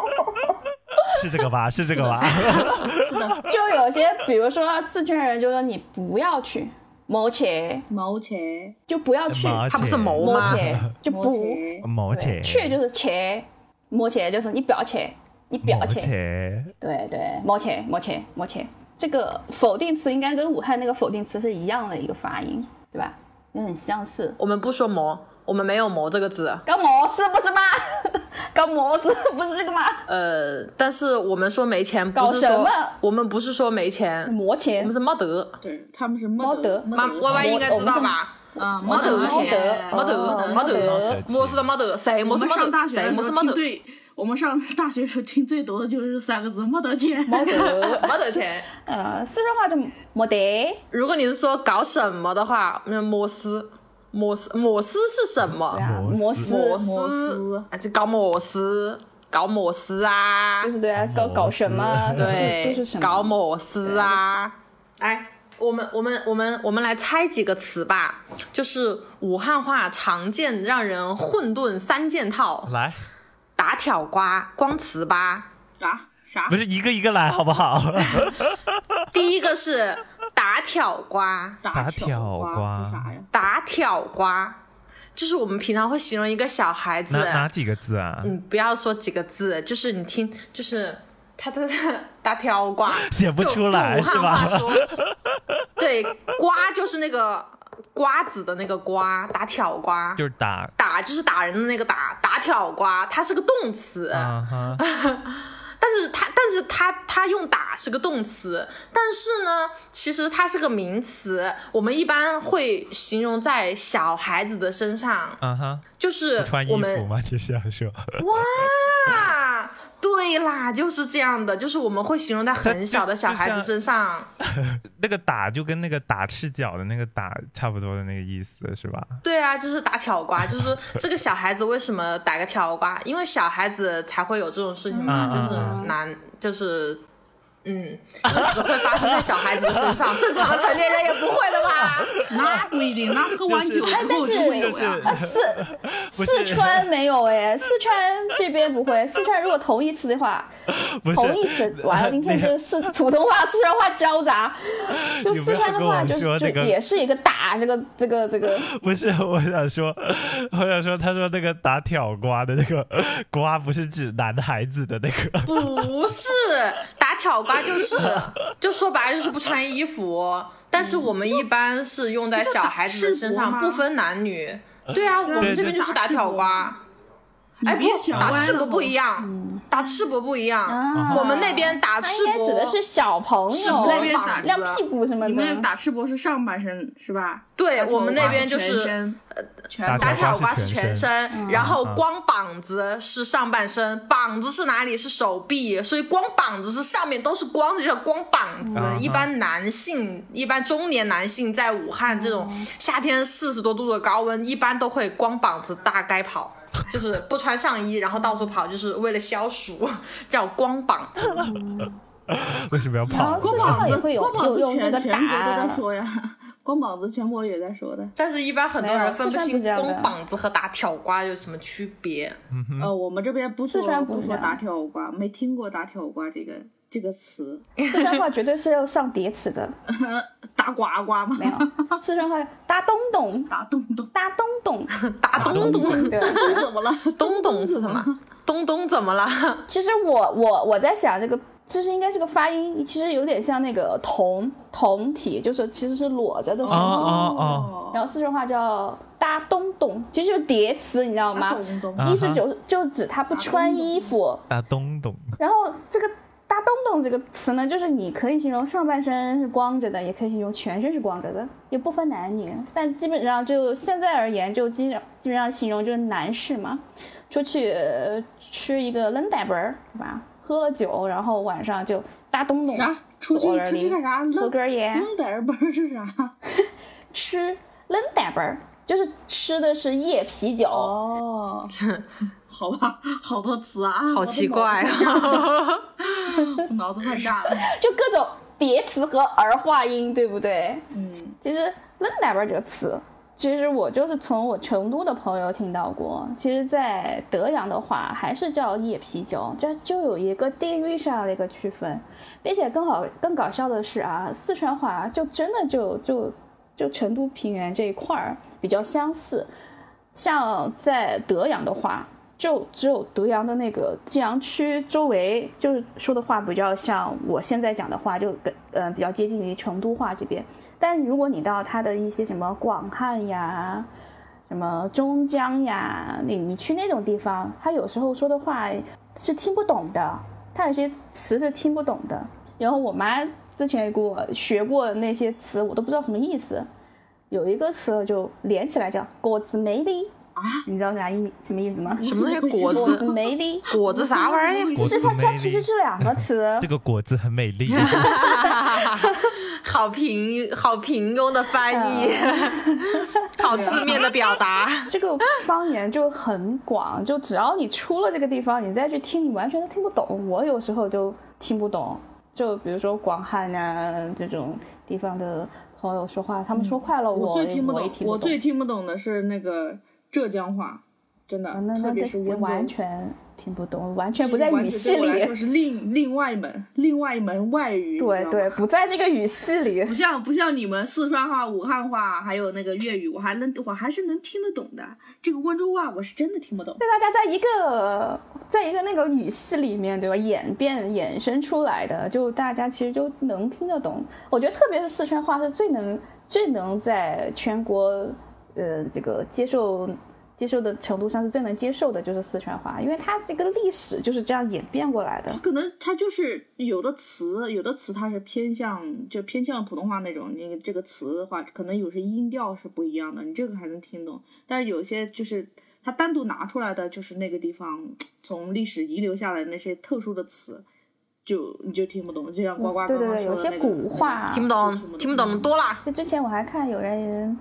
[SPEAKER 1] 是这个吧？是这个吧？
[SPEAKER 5] 就有些，比如说四川人就说你不要去某且，
[SPEAKER 4] 毛钱，
[SPEAKER 5] 就不要去
[SPEAKER 1] 毛
[SPEAKER 3] 他不是
[SPEAKER 1] 钱
[SPEAKER 3] 谋
[SPEAKER 5] 某
[SPEAKER 3] 吗？
[SPEAKER 5] 且，就
[SPEAKER 4] 毛
[SPEAKER 5] 不
[SPEAKER 4] 钱，
[SPEAKER 1] 毛
[SPEAKER 5] 对
[SPEAKER 1] 钱
[SPEAKER 5] 去就是且，某且就是你不要且，你不要
[SPEAKER 1] 毛
[SPEAKER 5] 且，
[SPEAKER 1] 钱
[SPEAKER 5] 对对，某且某且某且，这个否定词应该跟武汉那个否定词是一样的一个发音，对吧？也很相似。
[SPEAKER 3] 我们不说谋，我们没有谋这个字。
[SPEAKER 5] 搞模子不是吗？ 搞模子不是这个吗？
[SPEAKER 3] 呃，但是我们说没钱，不
[SPEAKER 5] 搞
[SPEAKER 3] 是
[SPEAKER 5] 什
[SPEAKER 3] 说
[SPEAKER 5] 么
[SPEAKER 3] 我们不是说没钱，
[SPEAKER 5] 磨
[SPEAKER 3] 我们
[SPEAKER 5] 钱
[SPEAKER 3] 是没得。
[SPEAKER 4] 对，他们是
[SPEAKER 5] 猫德
[SPEAKER 4] 猫
[SPEAKER 3] 妈，Y Y 应该知道吧？
[SPEAKER 4] 啊，
[SPEAKER 3] 没
[SPEAKER 4] 毛
[SPEAKER 3] 得
[SPEAKER 5] 猫
[SPEAKER 3] 钱
[SPEAKER 5] 德，
[SPEAKER 3] 没
[SPEAKER 5] 哦
[SPEAKER 3] 得，没
[SPEAKER 5] 猫
[SPEAKER 3] 得
[SPEAKER 5] 德，
[SPEAKER 3] 我是的没得，谁
[SPEAKER 4] 我
[SPEAKER 3] 我是
[SPEAKER 4] 们
[SPEAKER 3] 没
[SPEAKER 4] 上大
[SPEAKER 3] 得，
[SPEAKER 4] 学的
[SPEAKER 3] 谁
[SPEAKER 4] 时
[SPEAKER 3] 我是
[SPEAKER 4] 候
[SPEAKER 3] 没
[SPEAKER 4] 听
[SPEAKER 3] 得，
[SPEAKER 4] 最，我们上大学时候听最多的就是三个字没得钱。
[SPEAKER 5] 猫 德，
[SPEAKER 3] 没得钱。
[SPEAKER 5] 呃，四川话就没得，
[SPEAKER 3] 如果你是说搞什么的话，那摩斯，摩斯，摩斯是什
[SPEAKER 5] 对
[SPEAKER 3] 么？
[SPEAKER 5] 啊，
[SPEAKER 1] 摩
[SPEAKER 5] 摩
[SPEAKER 1] 斯
[SPEAKER 5] 斯
[SPEAKER 4] 摩
[SPEAKER 3] 斯
[SPEAKER 4] 斯，
[SPEAKER 3] 啊，就搞摩斯，搞摩斯啊
[SPEAKER 5] 就，是对啊，搞搞什么？
[SPEAKER 3] 对
[SPEAKER 5] 都是什，么？
[SPEAKER 3] 搞摩斯啊。哎，我们我们我们我们来猜几个词吧，就是武汉话常见让人混沌三件套：
[SPEAKER 1] 来，
[SPEAKER 3] 打挑瓜、光糍粑。
[SPEAKER 4] 啥啊啥
[SPEAKER 3] 啊
[SPEAKER 1] 不？是一个一个来好不好？
[SPEAKER 3] 第一个是打挑瓜，
[SPEAKER 1] 打挑
[SPEAKER 4] 挑
[SPEAKER 1] 瓜
[SPEAKER 4] 是啥呀？
[SPEAKER 3] 打挑瓜，就是我们平常会形容一个小孩子
[SPEAKER 1] 哪，哪几个字啊？
[SPEAKER 3] 嗯，不要说几个字，就是你听，就是他的打挑瓜，
[SPEAKER 1] 写不
[SPEAKER 3] 就
[SPEAKER 1] 出来
[SPEAKER 3] 用武汉
[SPEAKER 1] 是吧
[SPEAKER 3] 话说，对，瓜就是那个瓜子的那个瓜，打挑瓜。
[SPEAKER 1] 就是打
[SPEAKER 3] 打就是打人的那个打，打挑瓜，它是个动词，
[SPEAKER 1] 啊哈，
[SPEAKER 3] 但是它但是它它用打是个动词，但是呢，其实它是个名词，我们一般会形容在小孩子的身上，
[SPEAKER 1] 啊哈，
[SPEAKER 3] 就是
[SPEAKER 1] 穿衣
[SPEAKER 3] 呃我
[SPEAKER 1] 服
[SPEAKER 3] 们
[SPEAKER 1] 吗？ 你是要说？
[SPEAKER 3] 啊，对啦，就是这样的，就是我们会形容在很小的小孩子身上，
[SPEAKER 1] 那个打就跟那个打赤脚的那个打差不多的那个意思是吧？
[SPEAKER 3] 对啊，就是打挑瓜，就是说这个小孩子为什么打个挑瓜？因为小孩子才会有这种事情嘛，
[SPEAKER 1] 嗯
[SPEAKER 3] 就是男，就是。嗯，因为只会发生在小孩子的身上，正常的成年人也不会的吧？
[SPEAKER 4] 那不一定，那喝完
[SPEAKER 1] 就是
[SPEAKER 4] 酒之
[SPEAKER 5] 哎但
[SPEAKER 4] 后
[SPEAKER 5] 是
[SPEAKER 4] 就会有
[SPEAKER 1] 就是
[SPEAKER 4] 呀。
[SPEAKER 5] 啊，四
[SPEAKER 1] 不是
[SPEAKER 5] 四川没有 哎，四川这边不会。四川如果同义词的话，
[SPEAKER 1] 不是
[SPEAKER 5] 同义词完了，今天就是四普通话、四川话交 杂，就
[SPEAKER 1] 你不
[SPEAKER 5] 四
[SPEAKER 1] 要
[SPEAKER 5] 川的
[SPEAKER 1] 跟
[SPEAKER 5] 话
[SPEAKER 1] 我
[SPEAKER 5] 就
[SPEAKER 1] 说
[SPEAKER 5] 就
[SPEAKER 1] 那个
[SPEAKER 5] 也是一个打这个这个这个，
[SPEAKER 1] 不是，我想说，我想说，他说那个打挑瓜的那个瓜，不是指男孩子的那个，
[SPEAKER 3] 不是打挑瓜，就是就说白了就是不穿衣服，但是我们一般是用在小孩子的身
[SPEAKER 4] 这
[SPEAKER 3] 上，
[SPEAKER 4] 嗯叫打赤膊吗
[SPEAKER 3] 不分男女。对啊，我们这边就是打挑瓜。哎，
[SPEAKER 4] 你
[SPEAKER 3] 不
[SPEAKER 4] 别想，
[SPEAKER 3] 打
[SPEAKER 4] 歪
[SPEAKER 3] 赤
[SPEAKER 4] 了嗯
[SPEAKER 3] 膊不一样，打赤膊不一样
[SPEAKER 5] 啊。
[SPEAKER 3] 我们那边打
[SPEAKER 5] 它
[SPEAKER 3] 赤
[SPEAKER 5] 应该
[SPEAKER 3] 膊
[SPEAKER 5] 指的是小朋
[SPEAKER 3] 是
[SPEAKER 5] 友
[SPEAKER 4] 那边
[SPEAKER 3] 光膀
[SPEAKER 4] 打
[SPEAKER 5] 亮
[SPEAKER 3] 子
[SPEAKER 5] 屁。股什么
[SPEAKER 4] 你们
[SPEAKER 5] 的。
[SPEAKER 4] 打赤膊是上半身是吧？
[SPEAKER 3] 对
[SPEAKER 4] 打赤膊
[SPEAKER 3] 我们那边就
[SPEAKER 4] 全
[SPEAKER 3] 是
[SPEAKER 4] 身呃全
[SPEAKER 1] 打
[SPEAKER 3] 打挑瓜
[SPEAKER 1] 是
[SPEAKER 3] 是
[SPEAKER 1] 全嗯
[SPEAKER 3] 全身，然后光膀子是上半身，膀子是哪里？是手臂，所以光膀子是上面都是光的，就叫光膀子
[SPEAKER 1] 嗯。
[SPEAKER 3] 一般男性，一般中年男性在武汉这
[SPEAKER 5] 嗯
[SPEAKER 3] 种夏天四十多度的高温，一般都会光膀子大街跑，就是不穿上衣，然后到处跑，就是为了消暑， 叫光膀子。
[SPEAKER 1] 为什么要
[SPEAKER 5] 然
[SPEAKER 1] 跑
[SPEAKER 5] 后
[SPEAKER 1] 步？
[SPEAKER 5] 四
[SPEAKER 4] 光
[SPEAKER 5] 川话
[SPEAKER 4] 膀
[SPEAKER 5] 也
[SPEAKER 4] 子，
[SPEAKER 5] 会有
[SPEAKER 4] 光膀
[SPEAKER 5] 有
[SPEAKER 4] 子
[SPEAKER 5] 用那
[SPEAKER 4] 全
[SPEAKER 5] 个
[SPEAKER 4] 全国都在
[SPEAKER 5] 打，
[SPEAKER 4] 说呀，光膀子全国也在说的。
[SPEAKER 3] 但是，一般很
[SPEAKER 5] 没
[SPEAKER 3] 多
[SPEAKER 5] 有
[SPEAKER 3] 人分
[SPEAKER 5] 四
[SPEAKER 3] 不
[SPEAKER 5] 川不
[SPEAKER 3] 清
[SPEAKER 5] 这样的
[SPEAKER 3] 光膀子和打挑瓜有什么区别。
[SPEAKER 1] 嗯
[SPEAKER 4] 呃，我们这边不
[SPEAKER 5] 四
[SPEAKER 4] 说
[SPEAKER 5] 川不
[SPEAKER 4] 不
[SPEAKER 5] 是
[SPEAKER 4] 说
[SPEAKER 5] 啊
[SPEAKER 4] 打挑瓜，没听过打挑瓜这个这个词。
[SPEAKER 5] 四川话绝对是要上叠词的，
[SPEAKER 4] 打呱呱吗？
[SPEAKER 5] 没有，四川话打东东，
[SPEAKER 4] 打洞洞。
[SPEAKER 5] 打东东，
[SPEAKER 3] 打东东，
[SPEAKER 5] 对。
[SPEAKER 4] 怎么了？
[SPEAKER 3] 东东是什么？东东怎么了？
[SPEAKER 5] 其实我我我在想这个其实应该是个发音，其实有点像那个同同体，就是其实是裸着的时
[SPEAKER 1] 哦
[SPEAKER 5] 候，
[SPEAKER 1] 哦
[SPEAKER 5] 然后四川话叫搭东东，其实就是叠词，你知道吗？
[SPEAKER 4] 东东
[SPEAKER 1] 啊
[SPEAKER 5] 一是就是就是指他不穿衣服
[SPEAKER 1] 哦，，大东东，
[SPEAKER 5] 然后这个“大洞洞”这个词呢，就是你可以形容上半身是光着的，也可以形容全身是光着的，也不分男女。但基本上就呃现在而言，就基基本上形容就是男士嘛，出去、呃吃一个冷奶本儿，是吧？喝了酒，然后晚上就大洞洞，
[SPEAKER 4] 啥？出去
[SPEAKER 5] 我这
[SPEAKER 4] 出去
[SPEAKER 5] 里
[SPEAKER 4] 干啥？
[SPEAKER 5] 抽
[SPEAKER 4] 扔
[SPEAKER 5] 根烟，
[SPEAKER 4] 扔点儿不是啥？
[SPEAKER 5] 吃冷奶本儿，就是吃的是夜啤酒。
[SPEAKER 4] 哦， 好吧，好啊多词啊， 我
[SPEAKER 3] 好
[SPEAKER 4] 的
[SPEAKER 3] 奇怪
[SPEAKER 4] 脑子
[SPEAKER 3] 啊！
[SPEAKER 4] 快脑子快炸了。
[SPEAKER 5] 就各种叠词和儿化音，对不对？
[SPEAKER 4] 嗯，
[SPEAKER 5] 其实“冷奶味”这个词，其实我就是从我成都的朋友听到过。其实，在德阳的话，还是叫夜啤酒，这就有一个地域上的一个区分。并且更好、更搞笑的是啊，四川话就真的就就就成都平原这一块儿比较相似。像在德阳的话，就只有德阳的那个晋阳区周围，就是说的话比较像我现在讲的话，就跟呃比较接近于成都话这边。但如果你到它的一些什么广汉呀、什么中江呀，你你去那种地方，它有时候说的话是听不懂的，它有些词是听不懂的。然后我妈之前也给我学过那些词，我都不知道什么意思。有一个词就连起来叫“果子没的”，
[SPEAKER 4] 啊，
[SPEAKER 5] 你知道啥意什么意思吗？
[SPEAKER 3] 什么东西果
[SPEAKER 5] 果子
[SPEAKER 3] 子
[SPEAKER 5] 没的，
[SPEAKER 3] 果子啥玩意儿？
[SPEAKER 5] 其实它
[SPEAKER 1] 果子没
[SPEAKER 5] 它
[SPEAKER 1] 的
[SPEAKER 5] 其 实是两个词
[SPEAKER 1] 这，个果子很美 丽。
[SPEAKER 3] 好平好平庸的翻译， 好字面的表达。
[SPEAKER 5] 这个方言就很广， 就只要你出了这个地方，你再去听，你完全都听不懂。我有时候就听不懂，就比如说广汉啊这种地方的朋友说话，他们说快了，我
[SPEAKER 4] 嗯我最听不
[SPEAKER 5] 我
[SPEAKER 4] 懂
[SPEAKER 5] 也，听
[SPEAKER 4] 我
[SPEAKER 5] 不懂
[SPEAKER 4] 最听不懂的是那个浙江话，真的
[SPEAKER 5] 啊，那
[SPEAKER 4] 特
[SPEAKER 5] 那
[SPEAKER 4] 别
[SPEAKER 5] 那
[SPEAKER 4] 是温
[SPEAKER 5] 完
[SPEAKER 4] 州。
[SPEAKER 5] 全听不懂，完全
[SPEAKER 4] 这
[SPEAKER 5] 不在
[SPEAKER 4] 完
[SPEAKER 5] 语
[SPEAKER 4] 全
[SPEAKER 5] 系
[SPEAKER 4] 对我来
[SPEAKER 5] 里
[SPEAKER 4] 说。是另另外一门另外一门外语，你知
[SPEAKER 5] 对
[SPEAKER 4] 道吗
[SPEAKER 5] 对，不在这个语系里
[SPEAKER 4] 不。像不像你们四川话、武汉话，还有那个粤语，我还能我还是能听得懂的。这个温州话我是真的听不懂。
[SPEAKER 5] 对大家在一个呃在一个那个语系里面，对吧？演变衍生出来的，就大家其实就能听得懂。我觉得特别是四川话是最能最能在全国呃这个接受接受的程度上是最能接受的，就是四川话，因为它这个历史就是这样演变过来的。
[SPEAKER 4] 可能它就是有的词，有的词它是偏向就偏向普通话那种，你这个词的话，可能有时音调是不一样的，你这个还能听懂。但是有些就是它单独拿出来的，就是那个地方从历史遗留下来的那些特殊的词，就你就听不懂。就像呱呱
[SPEAKER 5] 对
[SPEAKER 4] 刚
[SPEAKER 5] 对
[SPEAKER 4] 刚
[SPEAKER 5] 对，
[SPEAKER 4] 说
[SPEAKER 5] 有
[SPEAKER 4] 的
[SPEAKER 5] 些
[SPEAKER 4] 那个
[SPEAKER 5] 古话
[SPEAKER 3] 听不懂，听不懂多啦。
[SPEAKER 5] 就之前我还看有人，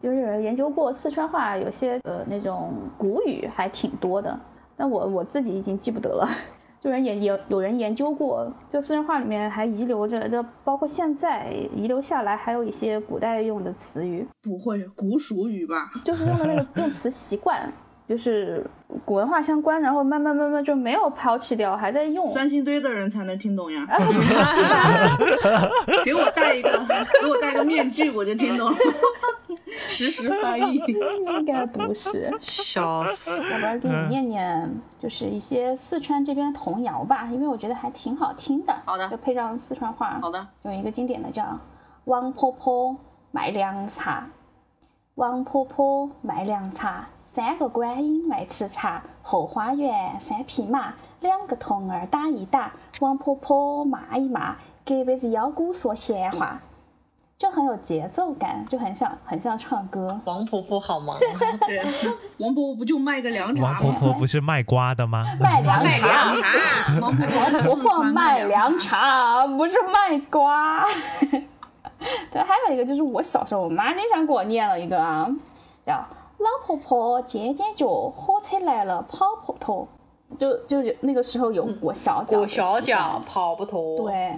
[SPEAKER 5] 就是有人研究过四川话，有些呃那种古语还挺多的，但我我自己已经记不得了。 就人研有有人研究过，就四川话里面还遗留着，就包括现在遗留下来，还有一些古代用的词语，
[SPEAKER 4] 不会古蜀语吧？
[SPEAKER 5] 就是用的那个用词习惯，就是古文化相关，然后慢慢慢慢就没有抛弃掉，还在用。
[SPEAKER 4] 三星堆的人才能听懂呀。
[SPEAKER 5] 啊，不是吧
[SPEAKER 4] 给我戴一个，给我戴个面具，我就听懂了。实时翻译。
[SPEAKER 5] 应该不是。
[SPEAKER 3] 笑死！
[SPEAKER 5] 要不然给你念念，就是一些四川这边童谣吧，因为我觉得还挺好听的。
[SPEAKER 4] 好的
[SPEAKER 5] 就配上四川话。
[SPEAKER 4] 好的，
[SPEAKER 5] 有一个经典的叫“王婆婆卖凉茶”，王婆婆卖凉茶，三个观音来吃茶，后花园三匹马，两个童儿打一打，王婆婆骂一骂，隔辈子腰鼓说闲话，就很有节奏感，就很像很像唱歌。
[SPEAKER 3] 王婆婆好忙，
[SPEAKER 4] 对，王婆婆不就卖个凉
[SPEAKER 1] 王
[SPEAKER 4] 茶
[SPEAKER 1] 婆
[SPEAKER 4] 吗？
[SPEAKER 1] 婆不是卖瓜的吗？
[SPEAKER 5] 卖凉
[SPEAKER 4] 卖
[SPEAKER 5] 茶。
[SPEAKER 4] 凉茶，王婆婆
[SPEAKER 5] 婆婆卖凉
[SPEAKER 4] 茶。
[SPEAKER 5] 茶，不是卖瓜。对，还有一个就是我小时候，我妈经常给我念了一个啊，叫“老婆婆尖尖脚，火车来了跑不脱”，就就有那个时候有裹小脚，
[SPEAKER 3] 裹嗯小脚，跑不脱。，
[SPEAKER 5] 对，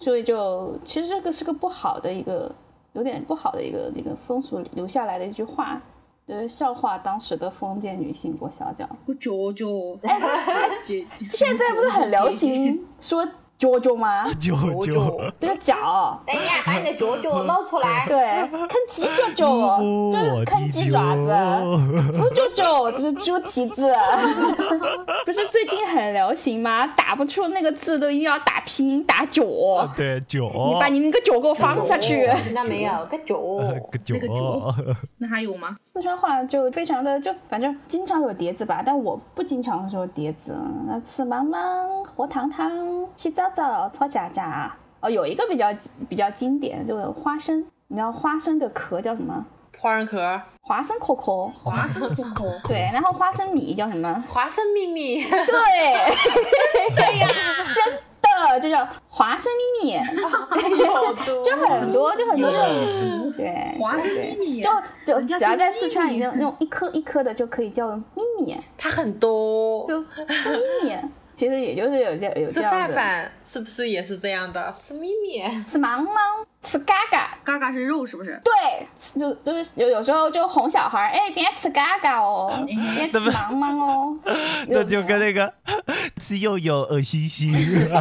[SPEAKER 5] 所以就其实这个是个不好的一个，有点不好的一个那个风俗留下来的一句话，就是笑话当时的封建女性裹小脚。
[SPEAKER 4] 脚脚，
[SPEAKER 5] 现在不是很流行说啾啾吗？
[SPEAKER 1] 九九，
[SPEAKER 5] 这个脚，
[SPEAKER 2] 等一下，哎把你的脚脚捞出 来。
[SPEAKER 5] 对，啃鸡啾啾，哦就是啃鸡爪
[SPEAKER 1] 哦
[SPEAKER 5] 子，猪啾啾，这是猪蹄子。 不是最近很流行吗？打不出那个字都一定要打拼音打脚，
[SPEAKER 1] 对九，
[SPEAKER 5] 你把你那个脚给我放下去。
[SPEAKER 3] 哦
[SPEAKER 2] 听到没有？个脚。
[SPEAKER 1] 个呃九
[SPEAKER 4] 那个九那还有吗？
[SPEAKER 5] 四川话就非常的，就反正经常有叠字吧，但我不经常说叠字。那吃茫茫，活堂堂，洗澡澡，搓夹夹。哦，有一个比较比较经典，就是花生。你知道花生的壳叫什么？
[SPEAKER 3] 花生壳、
[SPEAKER 5] 花生壳壳。
[SPEAKER 4] 华生户口，
[SPEAKER 5] 对，然后花生米叫什么？
[SPEAKER 3] 花生秘密，
[SPEAKER 5] 对，对呀、真的就叫花生米米，就很多，就很多这种，对，
[SPEAKER 4] 华生
[SPEAKER 5] 对
[SPEAKER 4] 秘密
[SPEAKER 5] 就就
[SPEAKER 4] 人家
[SPEAKER 5] 只要
[SPEAKER 4] 叫
[SPEAKER 5] 在
[SPEAKER 4] 秘
[SPEAKER 5] 四川，
[SPEAKER 4] 密
[SPEAKER 5] 你那种那种一颗一颗的就可以叫咪咪，
[SPEAKER 3] 它很多。
[SPEAKER 5] 就吃咪咪。其实也就是有这有
[SPEAKER 3] 哦吃
[SPEAKER 5] 这样
[SPEAKER 3] 饭
[SPEAKER 5] 的，
[SPEAKER 3] 饭是不是也是这样的？吃秘密，
[SPEAKER 5] 吃芒芒，吃嘎嘎，
[SPEAKER 4] 嘎嘎是肉是不是？
[SPEAKER 5] 对，吃就就是有有时候就哄小孩儿，哎，等下吃嘎嘎哦，等下吃芒芒哦，
[SPEAKER 1] 那就跟那个吃又有恶心心，
[SPEAKER 5] 然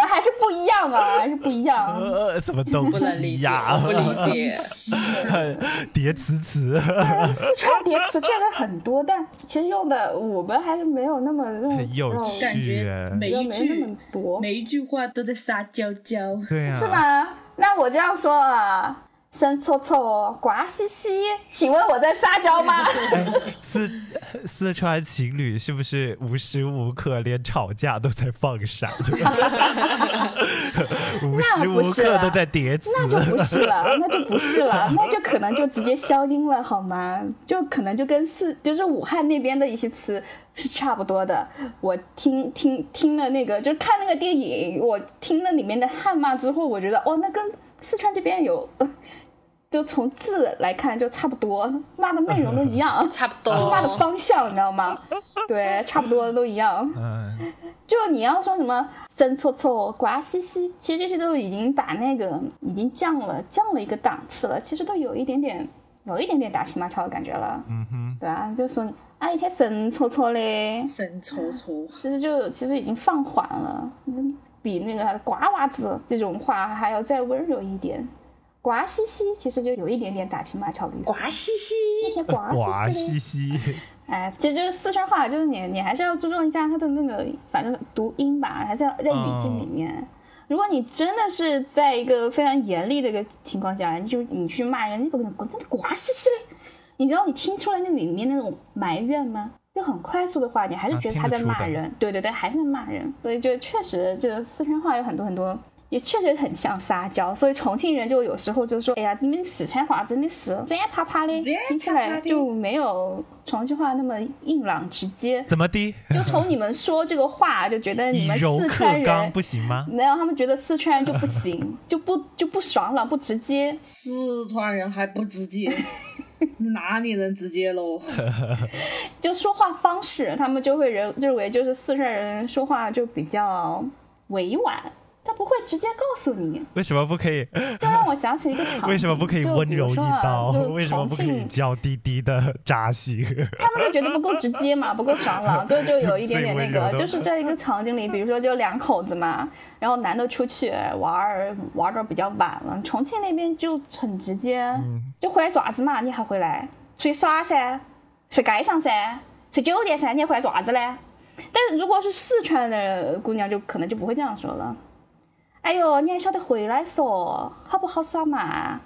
[SPEAKER 5] 后还是不一样啊，还是不一样。
[SPEAKER 1] 呃，什么东
[SPEAKER 3] 不能理
[SPEAKER 1] 西
[SPEAKER 3] 解，
[SPEAKER 1] 呀
[SPEAKER 3] 我？不理解。，
[SPEAKER 1] 叠词词，
[SPEAKER 5] 四川叠词确实很多，但其实用的我们还是没有那么那种
[SPEAKER 1] 很有
[SPEAKER 5] 哦
[SPEAKER 1] 趣
[SPEAKER 4] 感觉
[SPEAKER 1] 耶
[SPEAKER 4] 每
[SPEAKER 5] 没
[SPEAKER 4] 一
[SPEAKER 5] 那
[SPEAKER 4] 句
[SPEAKER 5] 么多，
[SPEAKER 4] 每一句话都在撒娇娇。
[SPEAKER 1] 对啊，
[SPEAKER 5] 是？吗？那我这样说啊，生搓搓，瓜兮兮，请问我在撒娇 吗？
[SPEAKER 1] 四四川情侣是不是无时无刻连吵架都在放 闪？无时无刻都在叠词，
[SPEAKER 5] 那就不是啊了，那就不是了，那就可能就直接消音了，好吗？就可能就跟四，就是武汉那边的一些词是差不多的。我听听听了那个，就是看那个电影，我听了里面的汉骂之后，我觉得哦，那跟四川这边有。呃就从字来看，就差不多，骂的内容都一样
[SPEAKER 3] 差不
[SPEAKER 5] 骂的
[SPEAKER 3] 多。
[SPEAKER 5] 方向你知道吗？对，差不多都一样。
[SPEAKER 1] 嗯，
[SPEAKER 5] 就你要说什么生搓搓、瓜兮兮，其实这些都已经把那个已经降了，降了一个档次了，其实都有一点点，有一点点打情骂俏的感觉了，
[SPEAKER 1] 嗯哼，
[SPEAKER 5] 对啊，就说你啊一天生搓搓嘞，
[SPEAKER 4] 神搓搓，
[SPEAKER 5] 其实就其实已经放缓了，嗯比那个瓜娃子这种话还要再温柔一点。瓜兮兮其实就有一点点打情骂俏的意思，
[SPEAKER 3] 瓜兮兮，
[SPEAKER 5] 一天瓜
[SPEAKER 1] 瓜兮
[SPEAKER 5] 兮
[SPEAKER 1] 兮，
[SPEAKER 5] 哎，其实就是四川话，就是你你还是要注重一下它的那个，反正读音吧，还是要在语境
[SPEAKER 1] 嗯
[SPEAKER 5] 里面。如果你真的是在一个非常严厉的一个情况下，你就你去骂人，你不可能滚啊蛋，瓜兮兮嘞。你知道你听出来那里面那种埋怨吗？就很快速的话，你还是
[SPEAKER 1] 啊
[SPEAKER 5] 觉得
[SPEAKER 1] 听
[SPEAKER 5] 他
[SPEAKER 1] 得
[SPEAKER 5] 在
[SPEAKER 1] 出
[SPEAKER 5] 骂
[SPEAKER 1] 的
[SPEAKER 5] 人，对对对，还是在骂人。所以就确实，这个四川话有很多很多，也确实很像撒娇。所以重庆人就有时候就说：“哎呀，你们四川话真的是软趴趴的，听起来就没有重庆话那么硬朗直 接。
[SPEAKER 1] 怎么的？
[SPEAKER 5] 就从你们说这个话，就觉得你
[SPEAKER 1] 以
[SPEAKER 5] 们
[SPEAKER 1] 柔
[SPEAKER 5] 四
[SPEAKER 1] 克
[SPEAKER 5] 川
[SPEAKER 1] 刚
[SPEAKER 5] 人
[SPEAKER 1] 不行吗？
[SPEAKER 5] 没有，他们觉得四川人就不行， 就不就不爽朗不直接。
[SPEAKER 4] 四川人还不直 接，哪里能直接喽？
[SPEAKER 5] 就说话方式，他们就会认认为就是四川人说话就比较委婉，他不会直接告诉你。
[SPEAKER 1] 为什么不可以？
[SPEAKER 5] 这让我想起一个场 景，
[SPEAKER 1] 为什么不可以
[SPEAKER 5] 就
[SPEAKER 1] 温
[SPEAKER 5] 比如
[SPEAKER 1] 柔一
[SPEAKER 5] 说啊
[SPEAKER 1] 刀？
[SPEAKER 5] 就
[SPEAKER 1] 为什么不可以
[SPEAKER 5] 重庆
[SPEAKER 1] 娇滴滴的扎心？
[SPEAKER 5] 他们就觉得不够直接嘛，不够爽朗，就就有一点点那
[SPEAKER 1] 最温柔
[SPEAKER 5] 个，
[SPEAKER 1] 的
[SPEAKER 5] 就是在一个场景里，比如说就两口子嘛，然后男的出去玩儿玩的比较晚了，重庆那边就很直接，就回来爪子嘛，你还回来，出去耍噻，睡街上噻，睡酒店噻，你还回来爪子嘞？但是如果是四川的姑娘，就可能就不会这样说了。哎呦，你还晓得回来嗦，好不好耍嘛？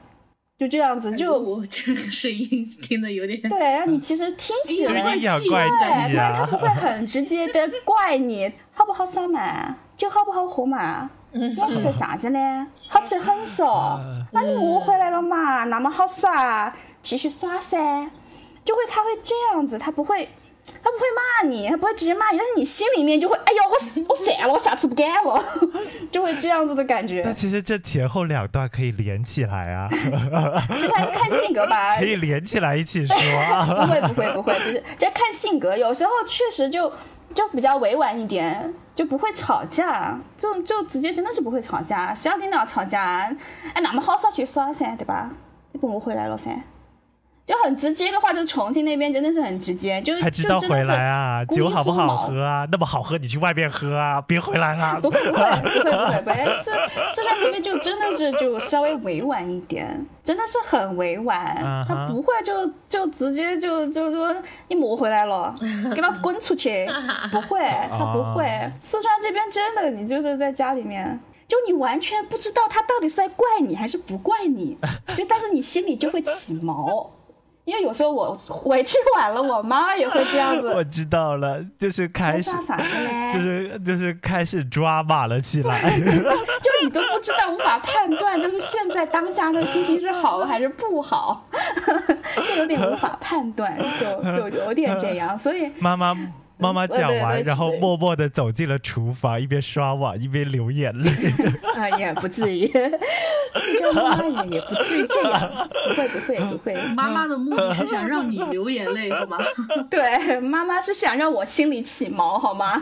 [SPEAKER 5] 就这样子， 就
[SPEAKER 4] 我这个声音听得有 点
[SPEAKER 5] 对，让你其实听起
[SPEAKER 1] 就
[SPEAKER 5] 来
[SPEAKER 1] 阴阳怪
[SPEAKER 5] 对，
[SPEAKER 1] 气啊
[SPEAKER 5] 但是他
[SPEAKER 1] 呀、
[SPEAKER 5] 不 会很直接的怪你好不好耍嘛，酒好不好喝嘛，
[SPEAKER 1] 嗯
[SPEAKER 5] 你要吃啥子呢？好吃的很嗦，那你我回来了嘛，那么好耍，继续耍噻，就会他会这样子，他不会。他不会骂你，他不会直接骂你，但是你心里面就会，哎呦，我死我散了，我下次不敢了， 就会这样子的感觉。
[SPEAKER 1] 那其实这前后两段可以连起来 啊，
[SPEAKER 5] 其实还是看性格吧，
[SPEAKER 1] 可以连起来一起说 啊。
[SPEAKER 5] 不会不会不会，就是这看性格，有时候确实就就比较委婉一点，就不会吵架，就就直接真的是不会吵架，谁要跟哪吵架？哎，那么好耍去耍噻，对吧？你不我回来了噻，就很直接的话，就是重庆那边真的是很直接，就是
[SPEAKER 1] 还知道回来啊，
[SPEAKER 5] 就真
[SPEAKER 1] 酒
[SPEAKER 5] 的是孤立
[SPEAKER 1] 好不
[SPEAKER 5] 无
[SPEAKER 1] 好
[SPEAKER 5] 毛
[SPEAKER 1] 喝啊？那么好喝，你去外面喝啊，别回来啦
[SPEAKER 5] 不。会不会不会不会，本来四四川这边就真的是就稍微委婉一点，真的是很委婉
[SPEAKER 1] 啊，哈
[SPEAKER 5] 他不会就就直接就就说你莫回来了，给老子滚出去，不会，他不会
[SPEAKER 1] 啊。
[SPEAKER 5] 四川这边真的，你就是在家里面。就你完全不知道他到底是在怪你还是不怪你，就但是你心里就会起毛，因为有时候我回去晚了，我妈也会这样子
[SPEAKER 1] 我，知道了，就是开
[SPEAKER 5] 我
[SPEAKER 1] 始
[SPEAKER 5] 说，啥子嘞？
[SPEAKER 1] 就是就是开始抓马了起来。
[SPEAKER 5] 就你都不知道，无法判断，就是现在当下的心情是好还是不好， 就有点无法判断，就就有点这样。所以
[SPEAKER 1] 妈妈妈妈讲
[SPEAKER 5] 对
[SPEAKER 1] 完，
[SPEAKER 5] 对
[SPEAKER 1] 然后
[SPEAKER 5] 对
[SPEAKER 1] 默默的走进了厨房，一边刷碗一边流眼泪。？
[SPEAKER 5] 啊、也不至于，就妈妈也也不至于这样，不会不会不会。
[SPEAKER 4] 妈妈的目的是想让你流眼泪，好吗？
[SPEAKER 5] 对，妈妈是想让我心里起毛，好 吗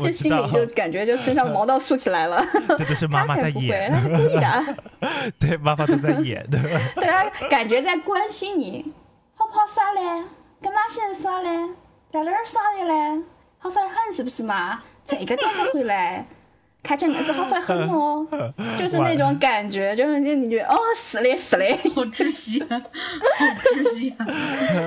[SPEAKER 1] 我
[SPEAKER 5] 就
[SPEAKER 1] 知
[SPEAKER 5] 心
[SPEAKER 1] 道
[SPEAKER 5] 里就感觉就身上毛都竖起来了。
[SPEAKER 1] 这就是妈
[SPEAKER 5] 她
[SPEAKER 1] 妈在
[SPEAKER 5] 才不会，
[SPEAKER 1] 演，
[SPEAKER 5] 她是故意的。
[SPEAKER 1] 对，妈妈都在演的。
[SPEAKER 5] 对啊，感觉在关心你，好不好耍嘞？跟哪些人耍嘞？在哪儿耍的嘞？好耍得很是不是嘛？这个刚才回来，看起来样子好耍得很 哦，就是那种感觉，就是那你觉得哦，是嘞是 嘞，
[SPEAKER 4] 好窒息啊，好窒息啊！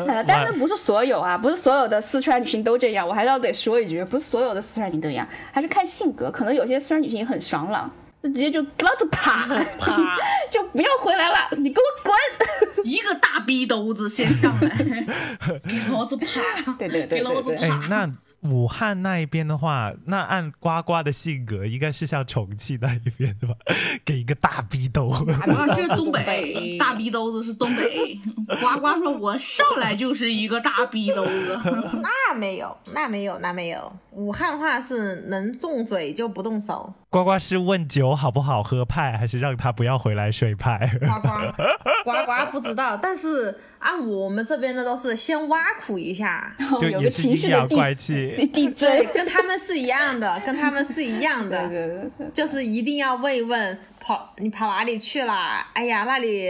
[SPEAKER 5] 呃但是不是所有啊，不是所有的四川女性都这样，我还要得说一句，不是所有的四川女性都一样，还是看性格，可能有些四川女性也很爽朗，就直接就老子 啪
[SPEAKER 4] 啪，
[SPEAKER 5] 就不要回来了，你给我滚！
[SPEAKER 4] 一个大逼兜子先上 来，给老子啪！
[SPEAKER 5] 对对对
[SPEAKER 4] 给老
[SPEAKER 5] 对
[SPEAKER 4] 子
[SPEAKER 5] 对。
[SPEAKER 1] 哎，那武汉那一边的话，那按呱呱的性格，应该是像重庆那一边的吧？ 给一个大逼 兜。
[SPEAKER 4] 啊，这是东北
[SPEAKER 6] 北
[SPEAKER 4] 大逼兜子是东北。呱呱说：“我上来就是一个大逼兜 子。
[SPEAKER 3] 那没有，那没有，那没有。武汉话是能动嘴就不动手，
[SPEAKER 1] 呱呱是问酒好不好喝派，还是让他不要回来睡派？
[SPEAKER 3] 呱 呱呱呱不知道，但是按我们这边的都是先挖苦一下，
[SPEAKER 5] 哦
[SPEAKER 1] 就
[SPEAKER 5] 有
[SPEAKER 1] 也
[SPEAKER 5] 个
[SPEAKER 1] 是
[SPEAKER 5] 情
[SPEAKER 1] 阴
[SPEAKER 5] 绪的
[SPEAKER 1] 阳
[SPEAKER 5] 地
[SPEAKER 1] 怪
[SPEAKER 5] 地
[SPEAKER 1] 气。
[SPEAKER 5] 地
[SPEAKER 3] 对
[SPEAKER 5] 震，，
[SPEAKER 3] 跟他们是一样的，跟他们是一样的，
[SPEAKER 5] 对对对对，
[SPEAKER 3] 就是一定要问一问跑你跑哪里去了？哎呀，那里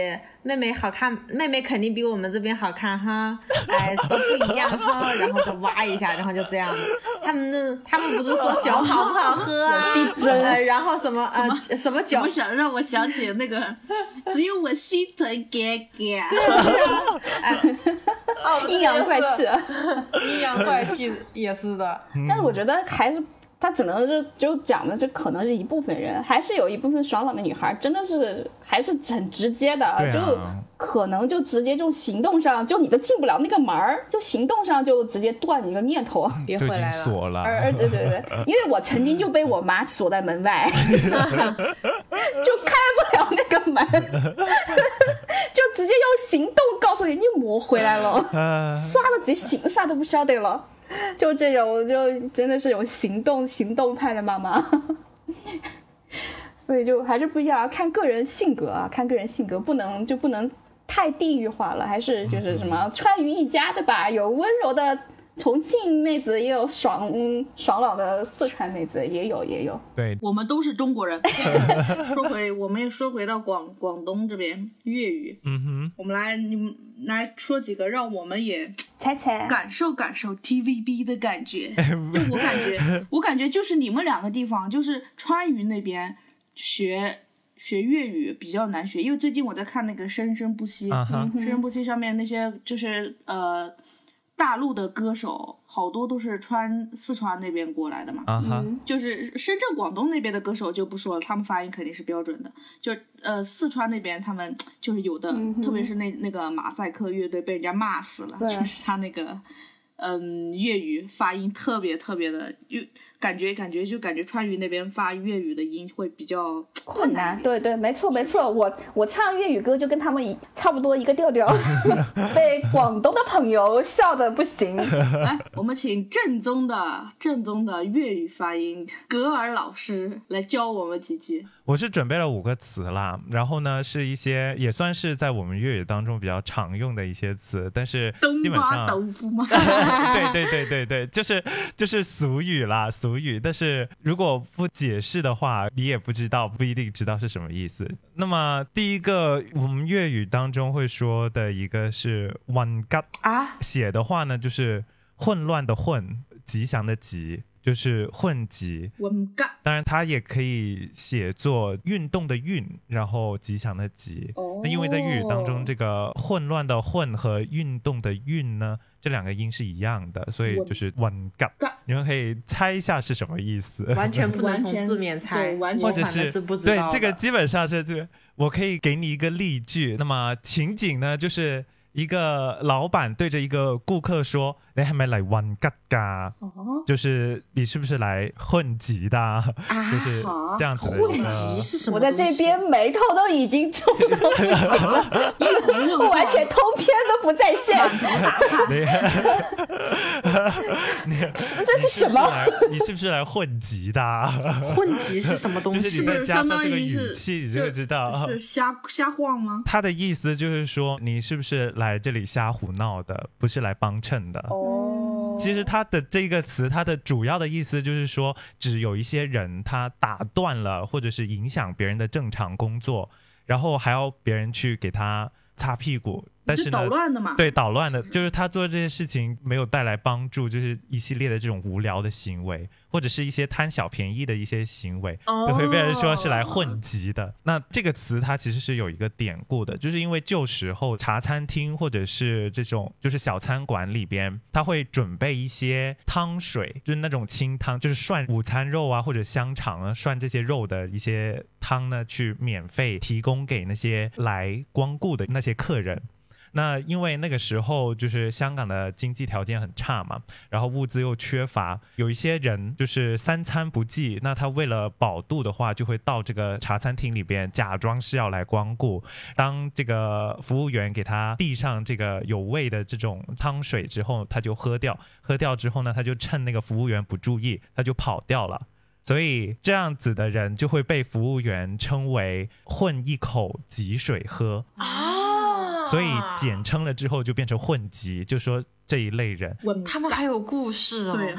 [SPEAKER 3] 妹妹好看，妹妹肯定比我们这边好看哈，哎都不一样哈，然后就挖一下，然后就这样。他们那他们不是说酒好不好喝啊？呃然后什么呃什么”酒
[SPEAKER 4] 我想让我想起那个，只有我心疼哥哥。
[SPEAKER 3] 哦
[SPEAKER 5] 阴阳怪气。啊
[SPEAKER 3] 阴阳怪气也是的，
[SPEAKER 1] 嗯
[SPEAKER 5] 但是我觉得还是他只能就就讲的，就可能是一部分人，还是有一部分爽朗的女孩，真的是还是很直接的，
[SPEAKER 1] 对啊
[SPEAKER 5] 就可能就直接就行动上，就你都进不了那个门儿，就行动上就直接断你一个念 头。
[SPEAKER 6] 别
[SPEAKER 1] 就
[SPEAKER 6] 回
[SPEAKER 1] 已经
[SPEAKER 6] 来了。
[SPEAKER 1] 锁了，
[SPEAKER 5] 而而对对对，因为我曾经就被我妈锁在门外， 就开不了那个门， 就直接用行动告诉你，你磨回来了。
[SPEAKER 1] 呃，
[SPEAKER 5] 刷了自己寻啥都不晓得了，就这种就真的是有行动行动派的妈 妈，所以就还是不一样，看个人性格啊，看个人性格，不能就不能太地域化了，还是就是什么川渝一家对吧？有温柔的重庆妹子，也有爽嗯爽朗的四川妹子，也有也有。
[SPEAKER 1] 对，
[SPEAKER 4] 我们都是中国人。 说回，我们又说回到广广东这边粤语，
[SPEAKER 1] 嗯
[SPEAKER 4] 我们来你们来说几个让我们也
[SPEAKER 5] 猜猜，
[SPEAKER 4] 感受感受 TVB 的 感觉。
[SPEAKER 1] 哼，
[SPEAKER 4] 我感觉，我感觉就是你们两个地方，就是川渝那边学学粤语比较难学，因为最近我在看那个《生生不息》
[SPEAKER 1] 啊哈，
[SPEAKER 4] 生生不息》上面那些就是呃大陆的歌手，好多都是川四川那边过来的嘛。
[SPEAKER 1] 啊哈，
[SPEAKER 5] 嗯
[SPEAKER 4] 就是深圳、广东那边的歌手就不说了，他们发音肯定是标准的。就呃，四川那边他们就是有的，
[SPEAKER 5] 嗯
[SPEAKER 4] 特别是那那个马赛克乐队被人家骂死了，就是他那个嗯粤语发音特别特别的，就感觉感觉就感觉川渝那边发粤语的音会比较
[SPEAKER 5] 困难，对对，没错没错，我我唱粤语歌就跟他们一差不多一个调调， 被广东的朋友笑的不行。
[SPEAKER 4] 来，哎我们请正宗的正宗的粤语发音格尔老师来教我们几句。
[SPEAKER 1] 我是准备了五个词啦，然后呢是一些也算是在我们粤语当中比较常用的一些词，但是
[SPEAKER 7] 冬
[SPEAKER 1] 基本
[SPEAKER 7] 瓜
[SPEAKER 1] 上
[SPEAKER 7] 豆腐 吗？
[SPEAKER 1] 对对对对对，就是就是俗语啦，俗语。但是如果不解释的话，你也不知道，不一定知道是什么意思。那么第一个，我们粤语当中会说的一个是“混吉”，
[SPEAKER 3] 啊，
[SPEAKER 1] 写的话呢就是混乱的混，吉祥的吉，就是混吉。
[SPEAKER 7] 我们干
[SPEAKER 1] 当然，它也可以写作运动的运，然后吉祥的吉。
[SPEAKER 3] 哦
[SPEAKER 1] 那因为在粤语当中，这个混乱的混和运动的运呢，这两个音是一样的，所以就是混嘎
[SPEAKER 7] 嘎。
[SPEAKER 1] 你们可以猜一下是什么意思，
[SPEAKER 2] 完全不能
[SPEAKER 7] 完
[SPEAKER 2] 从
[SPEAKER 7] 全
[SPEAKER 2] 字面猜，
[SPEAKER 7] 对完全
[SPEAKER 2] 我
[SPEAKER 1] 或者
[SPEAKER 2] 反正是不知
[SPEAKER 1] 对
[SPEAKER 2] 道
[SPEAKER 1] 这个
[SPEAKER 2] 的
[SPEAKER 1] 基本上是这个，我可以给你一个例句。那么情景呢，就是一个老板对着一个顾客说：“你系咪嚟混吉噶？”
[SPEAKER 7] 哦，
[SPEAKER 1] 就是你是不是来混吉的啊？就是这样子的一个。
[SPEAKER 3] 集是什么？
[SPEAKER 5] 我在这边，眉头都已经皱 得不行了，我完全通篇都不在 线，
[SPEAKER 1] 你
[SPEAKER 5] 这是什么？
[SPEAKER 1] 你是不是来？你是不是来混集的啊？
[SPEAKER 3] 混集是什么东
[SPEAKER 1] 就是
[SPEAKER 3] 西
[SPEAKER 1] 你？再加上这个语
[SPEAKER 7] 是
[SPEAKER 1] 气，你就会知道。啊
[SPEAKER 7] 是瞎瞎晃吗？
[SPEAKER 1] 他的意思就是说，你是不是来这里瞎胡闹的，不是来帮衬的。
[SPEAKER 3] 哦
[SPEAKER 1] 其实它的这个词，它的主要的意思就是说，只有一些人他打断了或者是影响别人的正常工作，然后还要别人去给他擦屁股。但
[SPEAKER 7] 就是捣
[SPEAKER 1] 呢，
[SPEAKER 7] 乱的嘛。
[SPEAKER 1] 对捣乱的，就是他做这些事情没有带来帮助，就是一系列的这种无聊的行为，或者是一些贪小便宜的一些行为，
[SPEAKER 7] 哦
[SPEAKER 1] 都会被人说是来混集的。那这个词它其实是有一个典故的，就是因为旧时候茶餐厅或者是这种就是小餐馆里边，它会准备一些汤水，就是那种清汤，就是涮午餐肉啊或者香肠啊，涮这些肉的一些汤呢，去免费提供给那些来光顾的那些客人。那因为那个时候就是香港的经济条件很差嘛，然后物资又缺乏，有一些人就是三餐不济，那他为了饱肚的话，就会到这个茶餐厅里边假装是要来光顾。当这个服务员给他递上这个有味的这种汤水之后，他就喝掉，喝掉之后呢，他就趁那个服务员不注意，他就跑掉了。所以这样子的人就会被服务员称为混一口急水喝。
[SPEAKER 3] 啊，
[SPEAKER 1] 所以简称了之后就变成混集，就说这一类人。
[SPEAKER 7] 我们
[SPEAKER 3] 他们还有故事哦。
[SPEAKER 7] 对，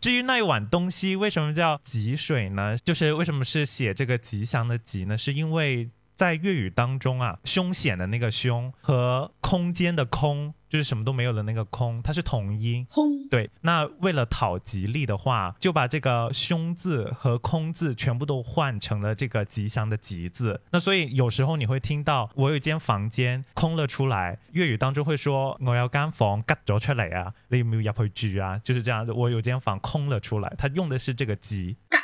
[SPEAKER 1] 至于那一碗东西为什么叫吉水呢？就是为什么是写这个吉祥的吉呢？是因为在粤语当中啊，凶险的那个凶和空间的空，就是什么都没有的那个空，它是同音。
[SPEAKER 7] 轰
[SPEAKER 1] 对，那为了讨吉利的话，就把这个“凶”字和“空”字全部都换成了这个吉祥的“吉”字。那所以有时候你会听到，我有一间房间空了出来，粤语当中会说“我有间房吉咗出来啊，你有没有入去住啊？”就是这样的，我有间房空了出来，它用的是这个“吉”。
[SPEAKER 7] 嘎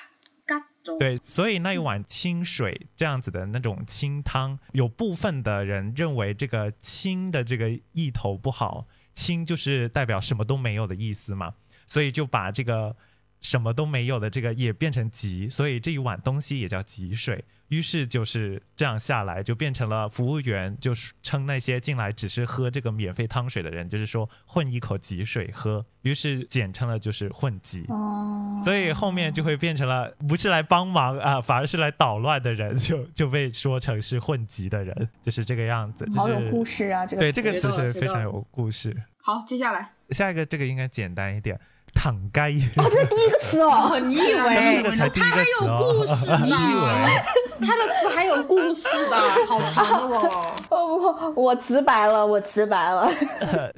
[SPEAKER 7] 中。
[SPEAKER 1] 对，所以那一碗清水这样子的那种清汤，有部分的人认为这个“清”的这个意头不好，“清”就是代表什么都没有的意思嘛，所以就把这个什么都没有的这个也变成“急”，所以这一碗东西也叫“急水”。于是就是这样下来，就变成了服务员就是称那些进来只是喝这个免费汤水的人，就是说混一口急水喝，于是简称了就是混急。
[SPEAKER 5] 哦
[SPEAKER 1] 所以后面就会变成了不是来帮忙啊、反而是来捣乱的人， 就就被说成是混集的人，就是这个样子。就是、
[SPEAKER 5] 好有故事啊，这个
[SPEAKER 1] 对，这个
[SPEAKER 7] 学
[SPEAKER 1] 词
[SPEAKER 7] 到了
[SPEAKER 1] 是
[SPEAKER 7] 学
[SPEAKER 1] 非
[SPEAKER 7] 到
[SPEAKER 1] 常
[SPEAKER 7] 了
[SPEAKER 1] 有故事。
[SPEAKER 7] 好，接下来
[SPEAKER 1] 下一个这个应该简单一点，躺街。
[SPEAKER 5] 哦，这是第一个词哦，
[SPEAKER 2] 哦，你以
[SPEAKER 1] 这
[SPEAKER 2] 为
[SPEAKER 1] 个才第一个词哦， 你以
[SPEAKER 2] 他的词还有故事的，好长的哦。
[SPEAKER 5] 哦不，我直白了，我直白了，
[SPEAKER 1] 为？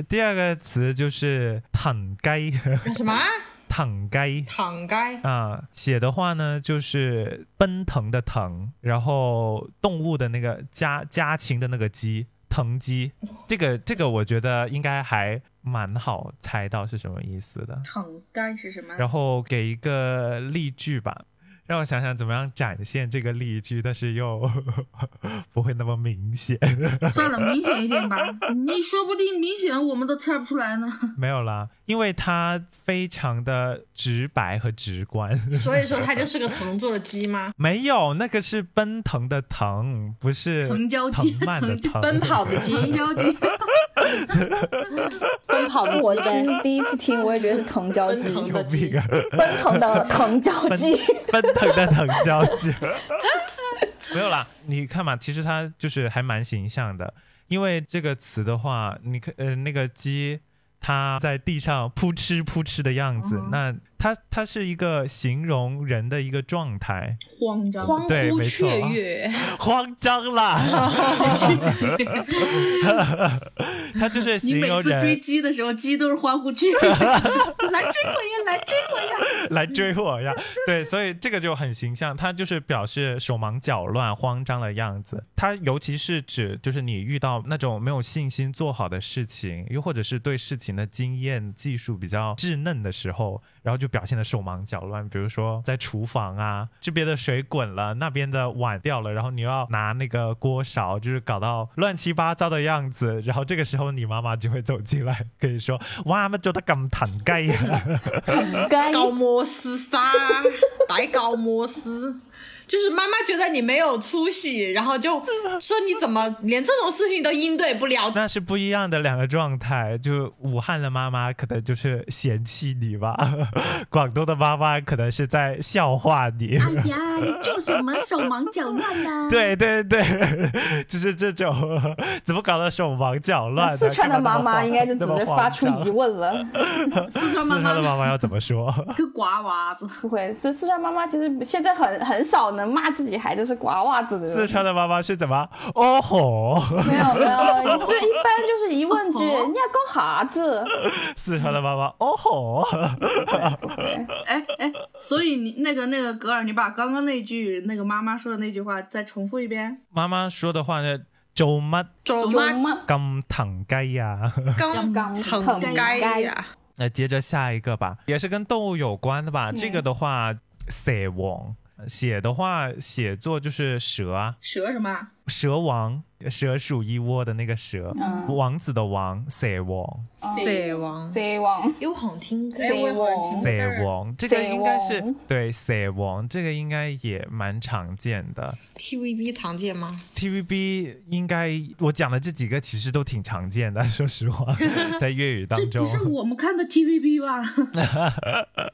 [SPEAKER 1] 第二个词就是躺街，
[SPEAKER 2] 什么？ 啊
[SPEAKER 1] 躺街。
[SPEAKER 2] 躺街？
[SPEAKER 1] 啊、写的话呢，就是奔腾的腾，然后动物的那个家家禽的那个鸡，腾鸡。这个这个，我觉得应该还蛮好猜到是什么意思的。
[SPEAKER 7] 躺街是什么？
[SPEAKER 1] 然后给一个例句吧，让我想想怎么样展现这个例句，但是又 不会那么明显。
[SPEAKER 7] 算了，明显一点吧。你说不定明显我们都猜不出来呢。
[SPEAKER 1] 没有啦，因为它非常的直白和直观。
[SPEAKER 2] 所以说他就是个藤做的鸡吗？
[SPEAKER 1] 没有，那个是奔腾的腾，不是
[SPEAKER 7] 藤椒鸡
[SPEAKER 1] 藤蔓的
[SPEAKER 7] 藤
[SPEAKER 1] 藤。
[SPEAKER 2] 奔跑 的鸡，
[SPEAKER 7] 很焦急，
[SPEAKER 3] 奔跑的
[SPEAKER 5] 我
[SPEAKER 3] 鸡呗。
[SPEAKER 5] 听第一次听，我也觉得是藤椒鸡，
[SPEAKER 3] 奔腾
[SPEAKER 1] 有病啊！
[SPEAKER 5] 奔腾的藤椒
[SPEAKER 1] 奔
[SPEAKER 5] 鸡，
[SPEAKER 1] 奔腾的藤椒鸡， 没有啦，你看嘛，其实它就是还蛮形象的，因为这个词的话，你看呃那个鸡。它在地上扑哧扑哧的样子，
[SPEAKER 7] 哦
[SPEAKER 1] 那它它是一个形容人的一个状态，
[SPEAKER 7] 慌张，
[SPEAKER 3] 欢
[SPEAKER 1] 对
[SPEAKER 3] 呼
[SPEAKER 1] 没错
[SPEAKER 3] 雀跃，
[SPEAKER 1] 慌张啦， 它就是
[SPEAKER 7] 你
[SPEAKER 1] 形
[SPEAKER 7] 每
[SPEAKER 1] 容
[SPEAKER 7] 次追
[SPEAKER 1] 人
[SPEAKER 7] 鸡的时候，鸡都是欢呼雀跃， 来追我呀，来追我呀！
[SPEAKER 1] 来追我呀，对，所以这个就很形象，它就是表示手忙脚乱、慌张的样子。它尤其是指就是你遇到那种没有信心做好的事情，又或者是对事情的经验、技术比较稚嫩的时候，然后就表现的手忙脚乱。比如说在厨房啊，这边的水滚了，那边的碗掉了，然后你又要拿那个锅勺，就是搞到乱七八糟的样子。然后这个时候你妈妈就会走进来，跟你说：“哇，乜做得咁啊騰雞呀？”
[SPEAKER 5] 该
[SPEAKER 3] 高摩斯撒，白高摩斯。就是妈妈觉得你没有出息，然后就说你怎么连这种事情都应对不了，
[SPEAKER 1] 那是不一样的两个状态。就武汉的妈妈可能就是嫌弃你吧， 广东的妈妈可能是在笑话 你。
[SPEAKER 7] 哎呀，你做什么手忙脚乱呢？
[SPEAKER 1] 对对对， 就是这种 怎么搞得手忙脚乱的？
[SPEAKER 5] 四川的妈妈应该就只
[SPEAKER 1] 干嘛
[SPEAKER 5] 是
[SPEAKER 1] 那么慌
[SPEAKER 5] 发出疑
[SPEAKER 1] 张。
[SPEAKER 5] 问了。
[SPEAKER 7] 四川妈
[SPEAKER 1] 四川的
[SPEAKER 7] 妈
[SPEAKER 1] 妈妈要怎么说？
[SPEAKER 7] 个瓜娃子，
[SPEAKER 5] 不会，四四川妈妈其实现在很很少能骂自己孩子是瓜娃子的人。
[SPEAKER 1] 四川的妈妈是怎么？哦吼！
[SPEAKER 5] 没有没有，就一般就是疑问句，人家搞啥子？
[SPEAKER 1] 四川的妈妈哦吼！
[SPEAKER 7] 哎哎，所以你那个那个格尔，你把刚刚那句那个妈妈说的那句话再重复一遍，
[SPEAKER 1] 妈妈说的话呢？做乜
[SPEAKER 3] 走
[SPEAKER 5] 中
[SPEAKER 3] 妈
[SPEAKER 5] 吗？
[SPEAKER 1] 咁騰雞啊呀？
[SPEAKER 3] 刚
[SPEAKER 5] 刚
[SPEAKER 3] 腾
[SPEAKER 5] 腾
[SPEAKER 3] 该
[SPEAKER 5] 该
[SPEAKER 3] 呀，
[SPEAKER 1] 那接着下一个吧，也是跟动物有关的吧。
[SPEAKER 7] 嗯
[SPEAKER 1] 这个的话，写王，写的话写作就是蛇啊，
[SPEAKER 7] 蛇什么？
[SPEAKER 1] 蛇王，蛇鼠一窝的那个蛇，
[SPEAKER 5] 嗯，
[SPEAKER 1] 王子的王，写王，
[SPEAKER 3] 死亡。
[SPEAKER 5] 贼王，
[SPEAKER 3] 因为我好像听过，
[SPEAKER 5] 贼王，
[SPEAKER 7] 嗯
[SPEAKER 1] 写王，这个
[SPEAKER 5] 蛇
[SPEAKER 1] 应该是
[SPEAKER 5] 王
[SPEAKER 1] 对写王，这个应该也蛮常见的。
[SPEAKER 3] TVB 常见吗？
[SPEAKER 1] TVB 应该我讲的这几个其实都挺常见的，说实话， 在粤语当
[SPEAKER 7] 这
[SPEAKER 1] 中
[SPEAKER 7] 不，是我们看的 TVB 吧？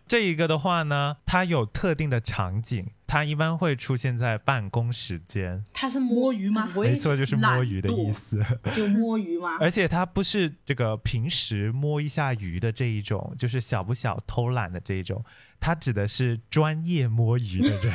[SPEAKER 1] 这一个的话呢，它有特定的场景，它一般会出现在办公时间。
[SPEAKER 3] 它是
[SPEAKER 7] 摸鱼吗
[SPEAKER 3] 我也
[SPEAKER 1] 没错，就是摸鱼的意思。
[SPEAKER 7] 就摸鱼吗？
[SPEAKER 1] 而且它不是这个平时摸一下鱼的这一种，就是小不小偷懒的这一种，它指的是专业摸鱼的 人。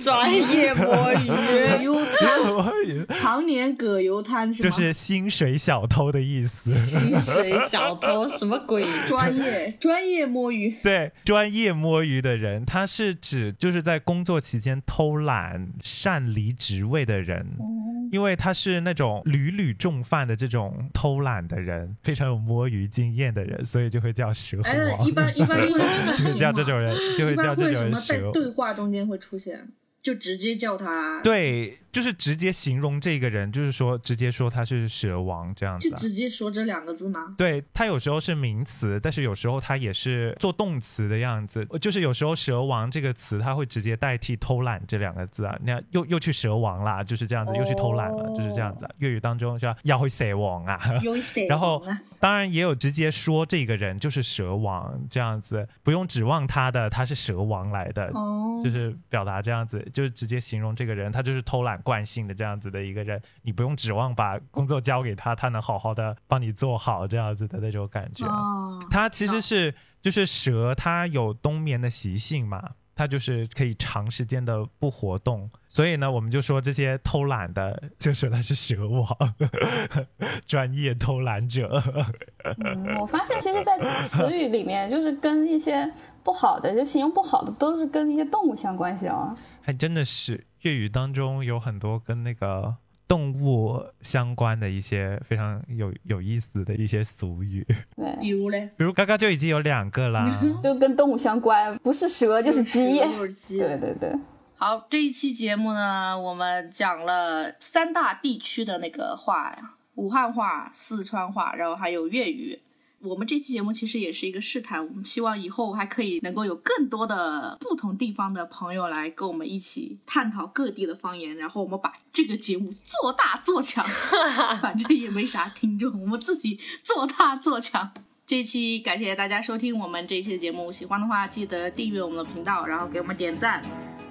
[SPEAKER 3] 专业摸
[SPEAKER 7] 葛
[SPEAKER 3] 鱼，
[SPEAKER 7] 优瘫，
[SPEAKER 3] 哦
[SPEAKER 1] 摸鱼
[SPEAKER 7] 常年葛优瘫是
[SPEAKER 1] 就
[SPEAKER 7] 吗？
[SPEAKER 1] 是薪水小偷的意思。
[SPEAKER 3] 薪水小偷什么鬼？
[SPEAKER 7] 专业专业摸鱼，
[SPEAKER 1] 对，专业摸鱼的人，他是指就是在工作期间偷懒、擅离职位的人，
[SPEAKER 7] 哦
[SPEAKER 1] 因为他是那种屡屡重犯的这种偷懒的人，非常有摸鱼经验的人，所以就会叫蛇
[SPEAKER 7] 哎，
[SPEAKER 1] 王。
[SPEAKER 7] 一般一般会
[SPEAKER 1] 就 会叫这种人，就会
[SPEAKER 7] 一
[SPEAKER 1] 叫
[SPEAKER 7] 般
[SPEAKER 1] 这
[SPEAKER 7] 会
[SPEAKER 1] 种
[SPEAKER 7] 什
[SPEAKER 1] 人
[SPEAKER 7] 么在
[SPEAKER 1] 蛇。
[SPEAKER 7] 对话中间会出现，就直接叫他，，
[SPEAKER 1] 对，就是直接形容这个人，就是说直接说他是蛇王这样
[SPEAKER 7] 就
[SPEAKER 1] 子啊、
[SPEAKER 7] 直接说这两个字吗？
[SPEAKER 1] 对，他有时候是名词，但是有时候他也是做动词的样子。就是有时候“蛇王”这个词，他会直接代替“偷懒”这两个字啊。那又又去蛇王啦，就是这样子，又去偷懒了，就是这样子、啊。粤语当中叫要会蛇王啊。
[SPEAKER 7] 有谁？
[SPEAKER 1] 然后当然也有直接说这个人就是蛇王这样子，不用指望他的，他是蛇王来的，
[SPEAKER 7] 哦
[SPEAKER 1] 就是表达这样子，就是直接形容这个人，他就是偷懒惯性的这样子的一个人，你不用指望把工作交给他，他能好好的帮你做好这样子的那种感觉。
[SPEAKER 7] 哦，
[SPEAKER 1] 它其实是就是蛇，它有冬眠的习性嘛，它就是可以长时间的不活动，所以呢，我们就说这些偷懒的，就说它是蛇王， 专业偷懒者。
[SPEAKER 5] 嗯，我发现其实，在词语里面，就是跟一些不好的，就形容不好的，都是跟一些动物相关系啊。
[SPEAKER 1] 还真的是粤语当中有很多跟那个动物相关的一些非常有有意思的一些俗语，
[SPEAKER 5] 对，
[SPEAKER 7] 比如嘞，
[SPEAKER 1] 比如刚刚就已经有两个啦。
[SPEAKER 5] 就跟动物相关，不是蛇就是鸡。
[SPEAKER 7] 就是鸡，
[SPEAKER 5] 对对对，
[SPEAKER 4] 好，这一期节目呢，我们讲了三大地区的那个话呀，武汉话、四川话，然后还有粤语。我们这期节目其实也是一个试探，我们希望以后还可以能够有更多的不同地方的朋友来跟我们一起探讨各地的方言，然后我们把这个节目做大做强。 反正也没啥听众，我们自己做大做强。 这期感谢大家收听我们这一期的节目，喜欢的话记得订阅我们的频道，然后给我们点赞。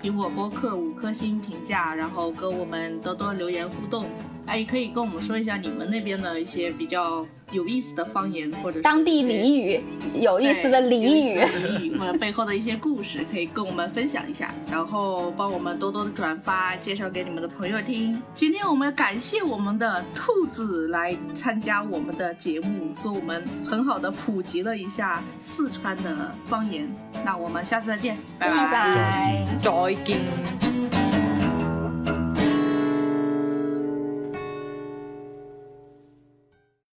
[SPEAKER 4] 苹果播客五颗星评价，然后跟我们多多留言互动。哎，也可以跟我们说一下你们那边的一些比较有意思的方言，或者是
[SPEAKER 5] 当地
[SPEAKER 4] 一些
[SPEAKER 5] 俚语，有意思的
[SPEAKER 4] 对有
[SPEAKER 5] 俚
[SPEAKER 4] 意
[SPEAKER 5] 语。
[SPEAKER 4] 思的俚语或者背后的一些故事，可以跟我们分享一下，然后帮我们多多的转发，介绍给你们的朋友听。今天我们感谢我们的兔子来参加我们的节目，跟我们很好的普及了一下四川的方言。那我们下次再见，拜
[SPEAKER 5] 拜
[SPEAKER 1] 再见
[SPEAKER 5] 拜。
[SPEAKER 3] 再见。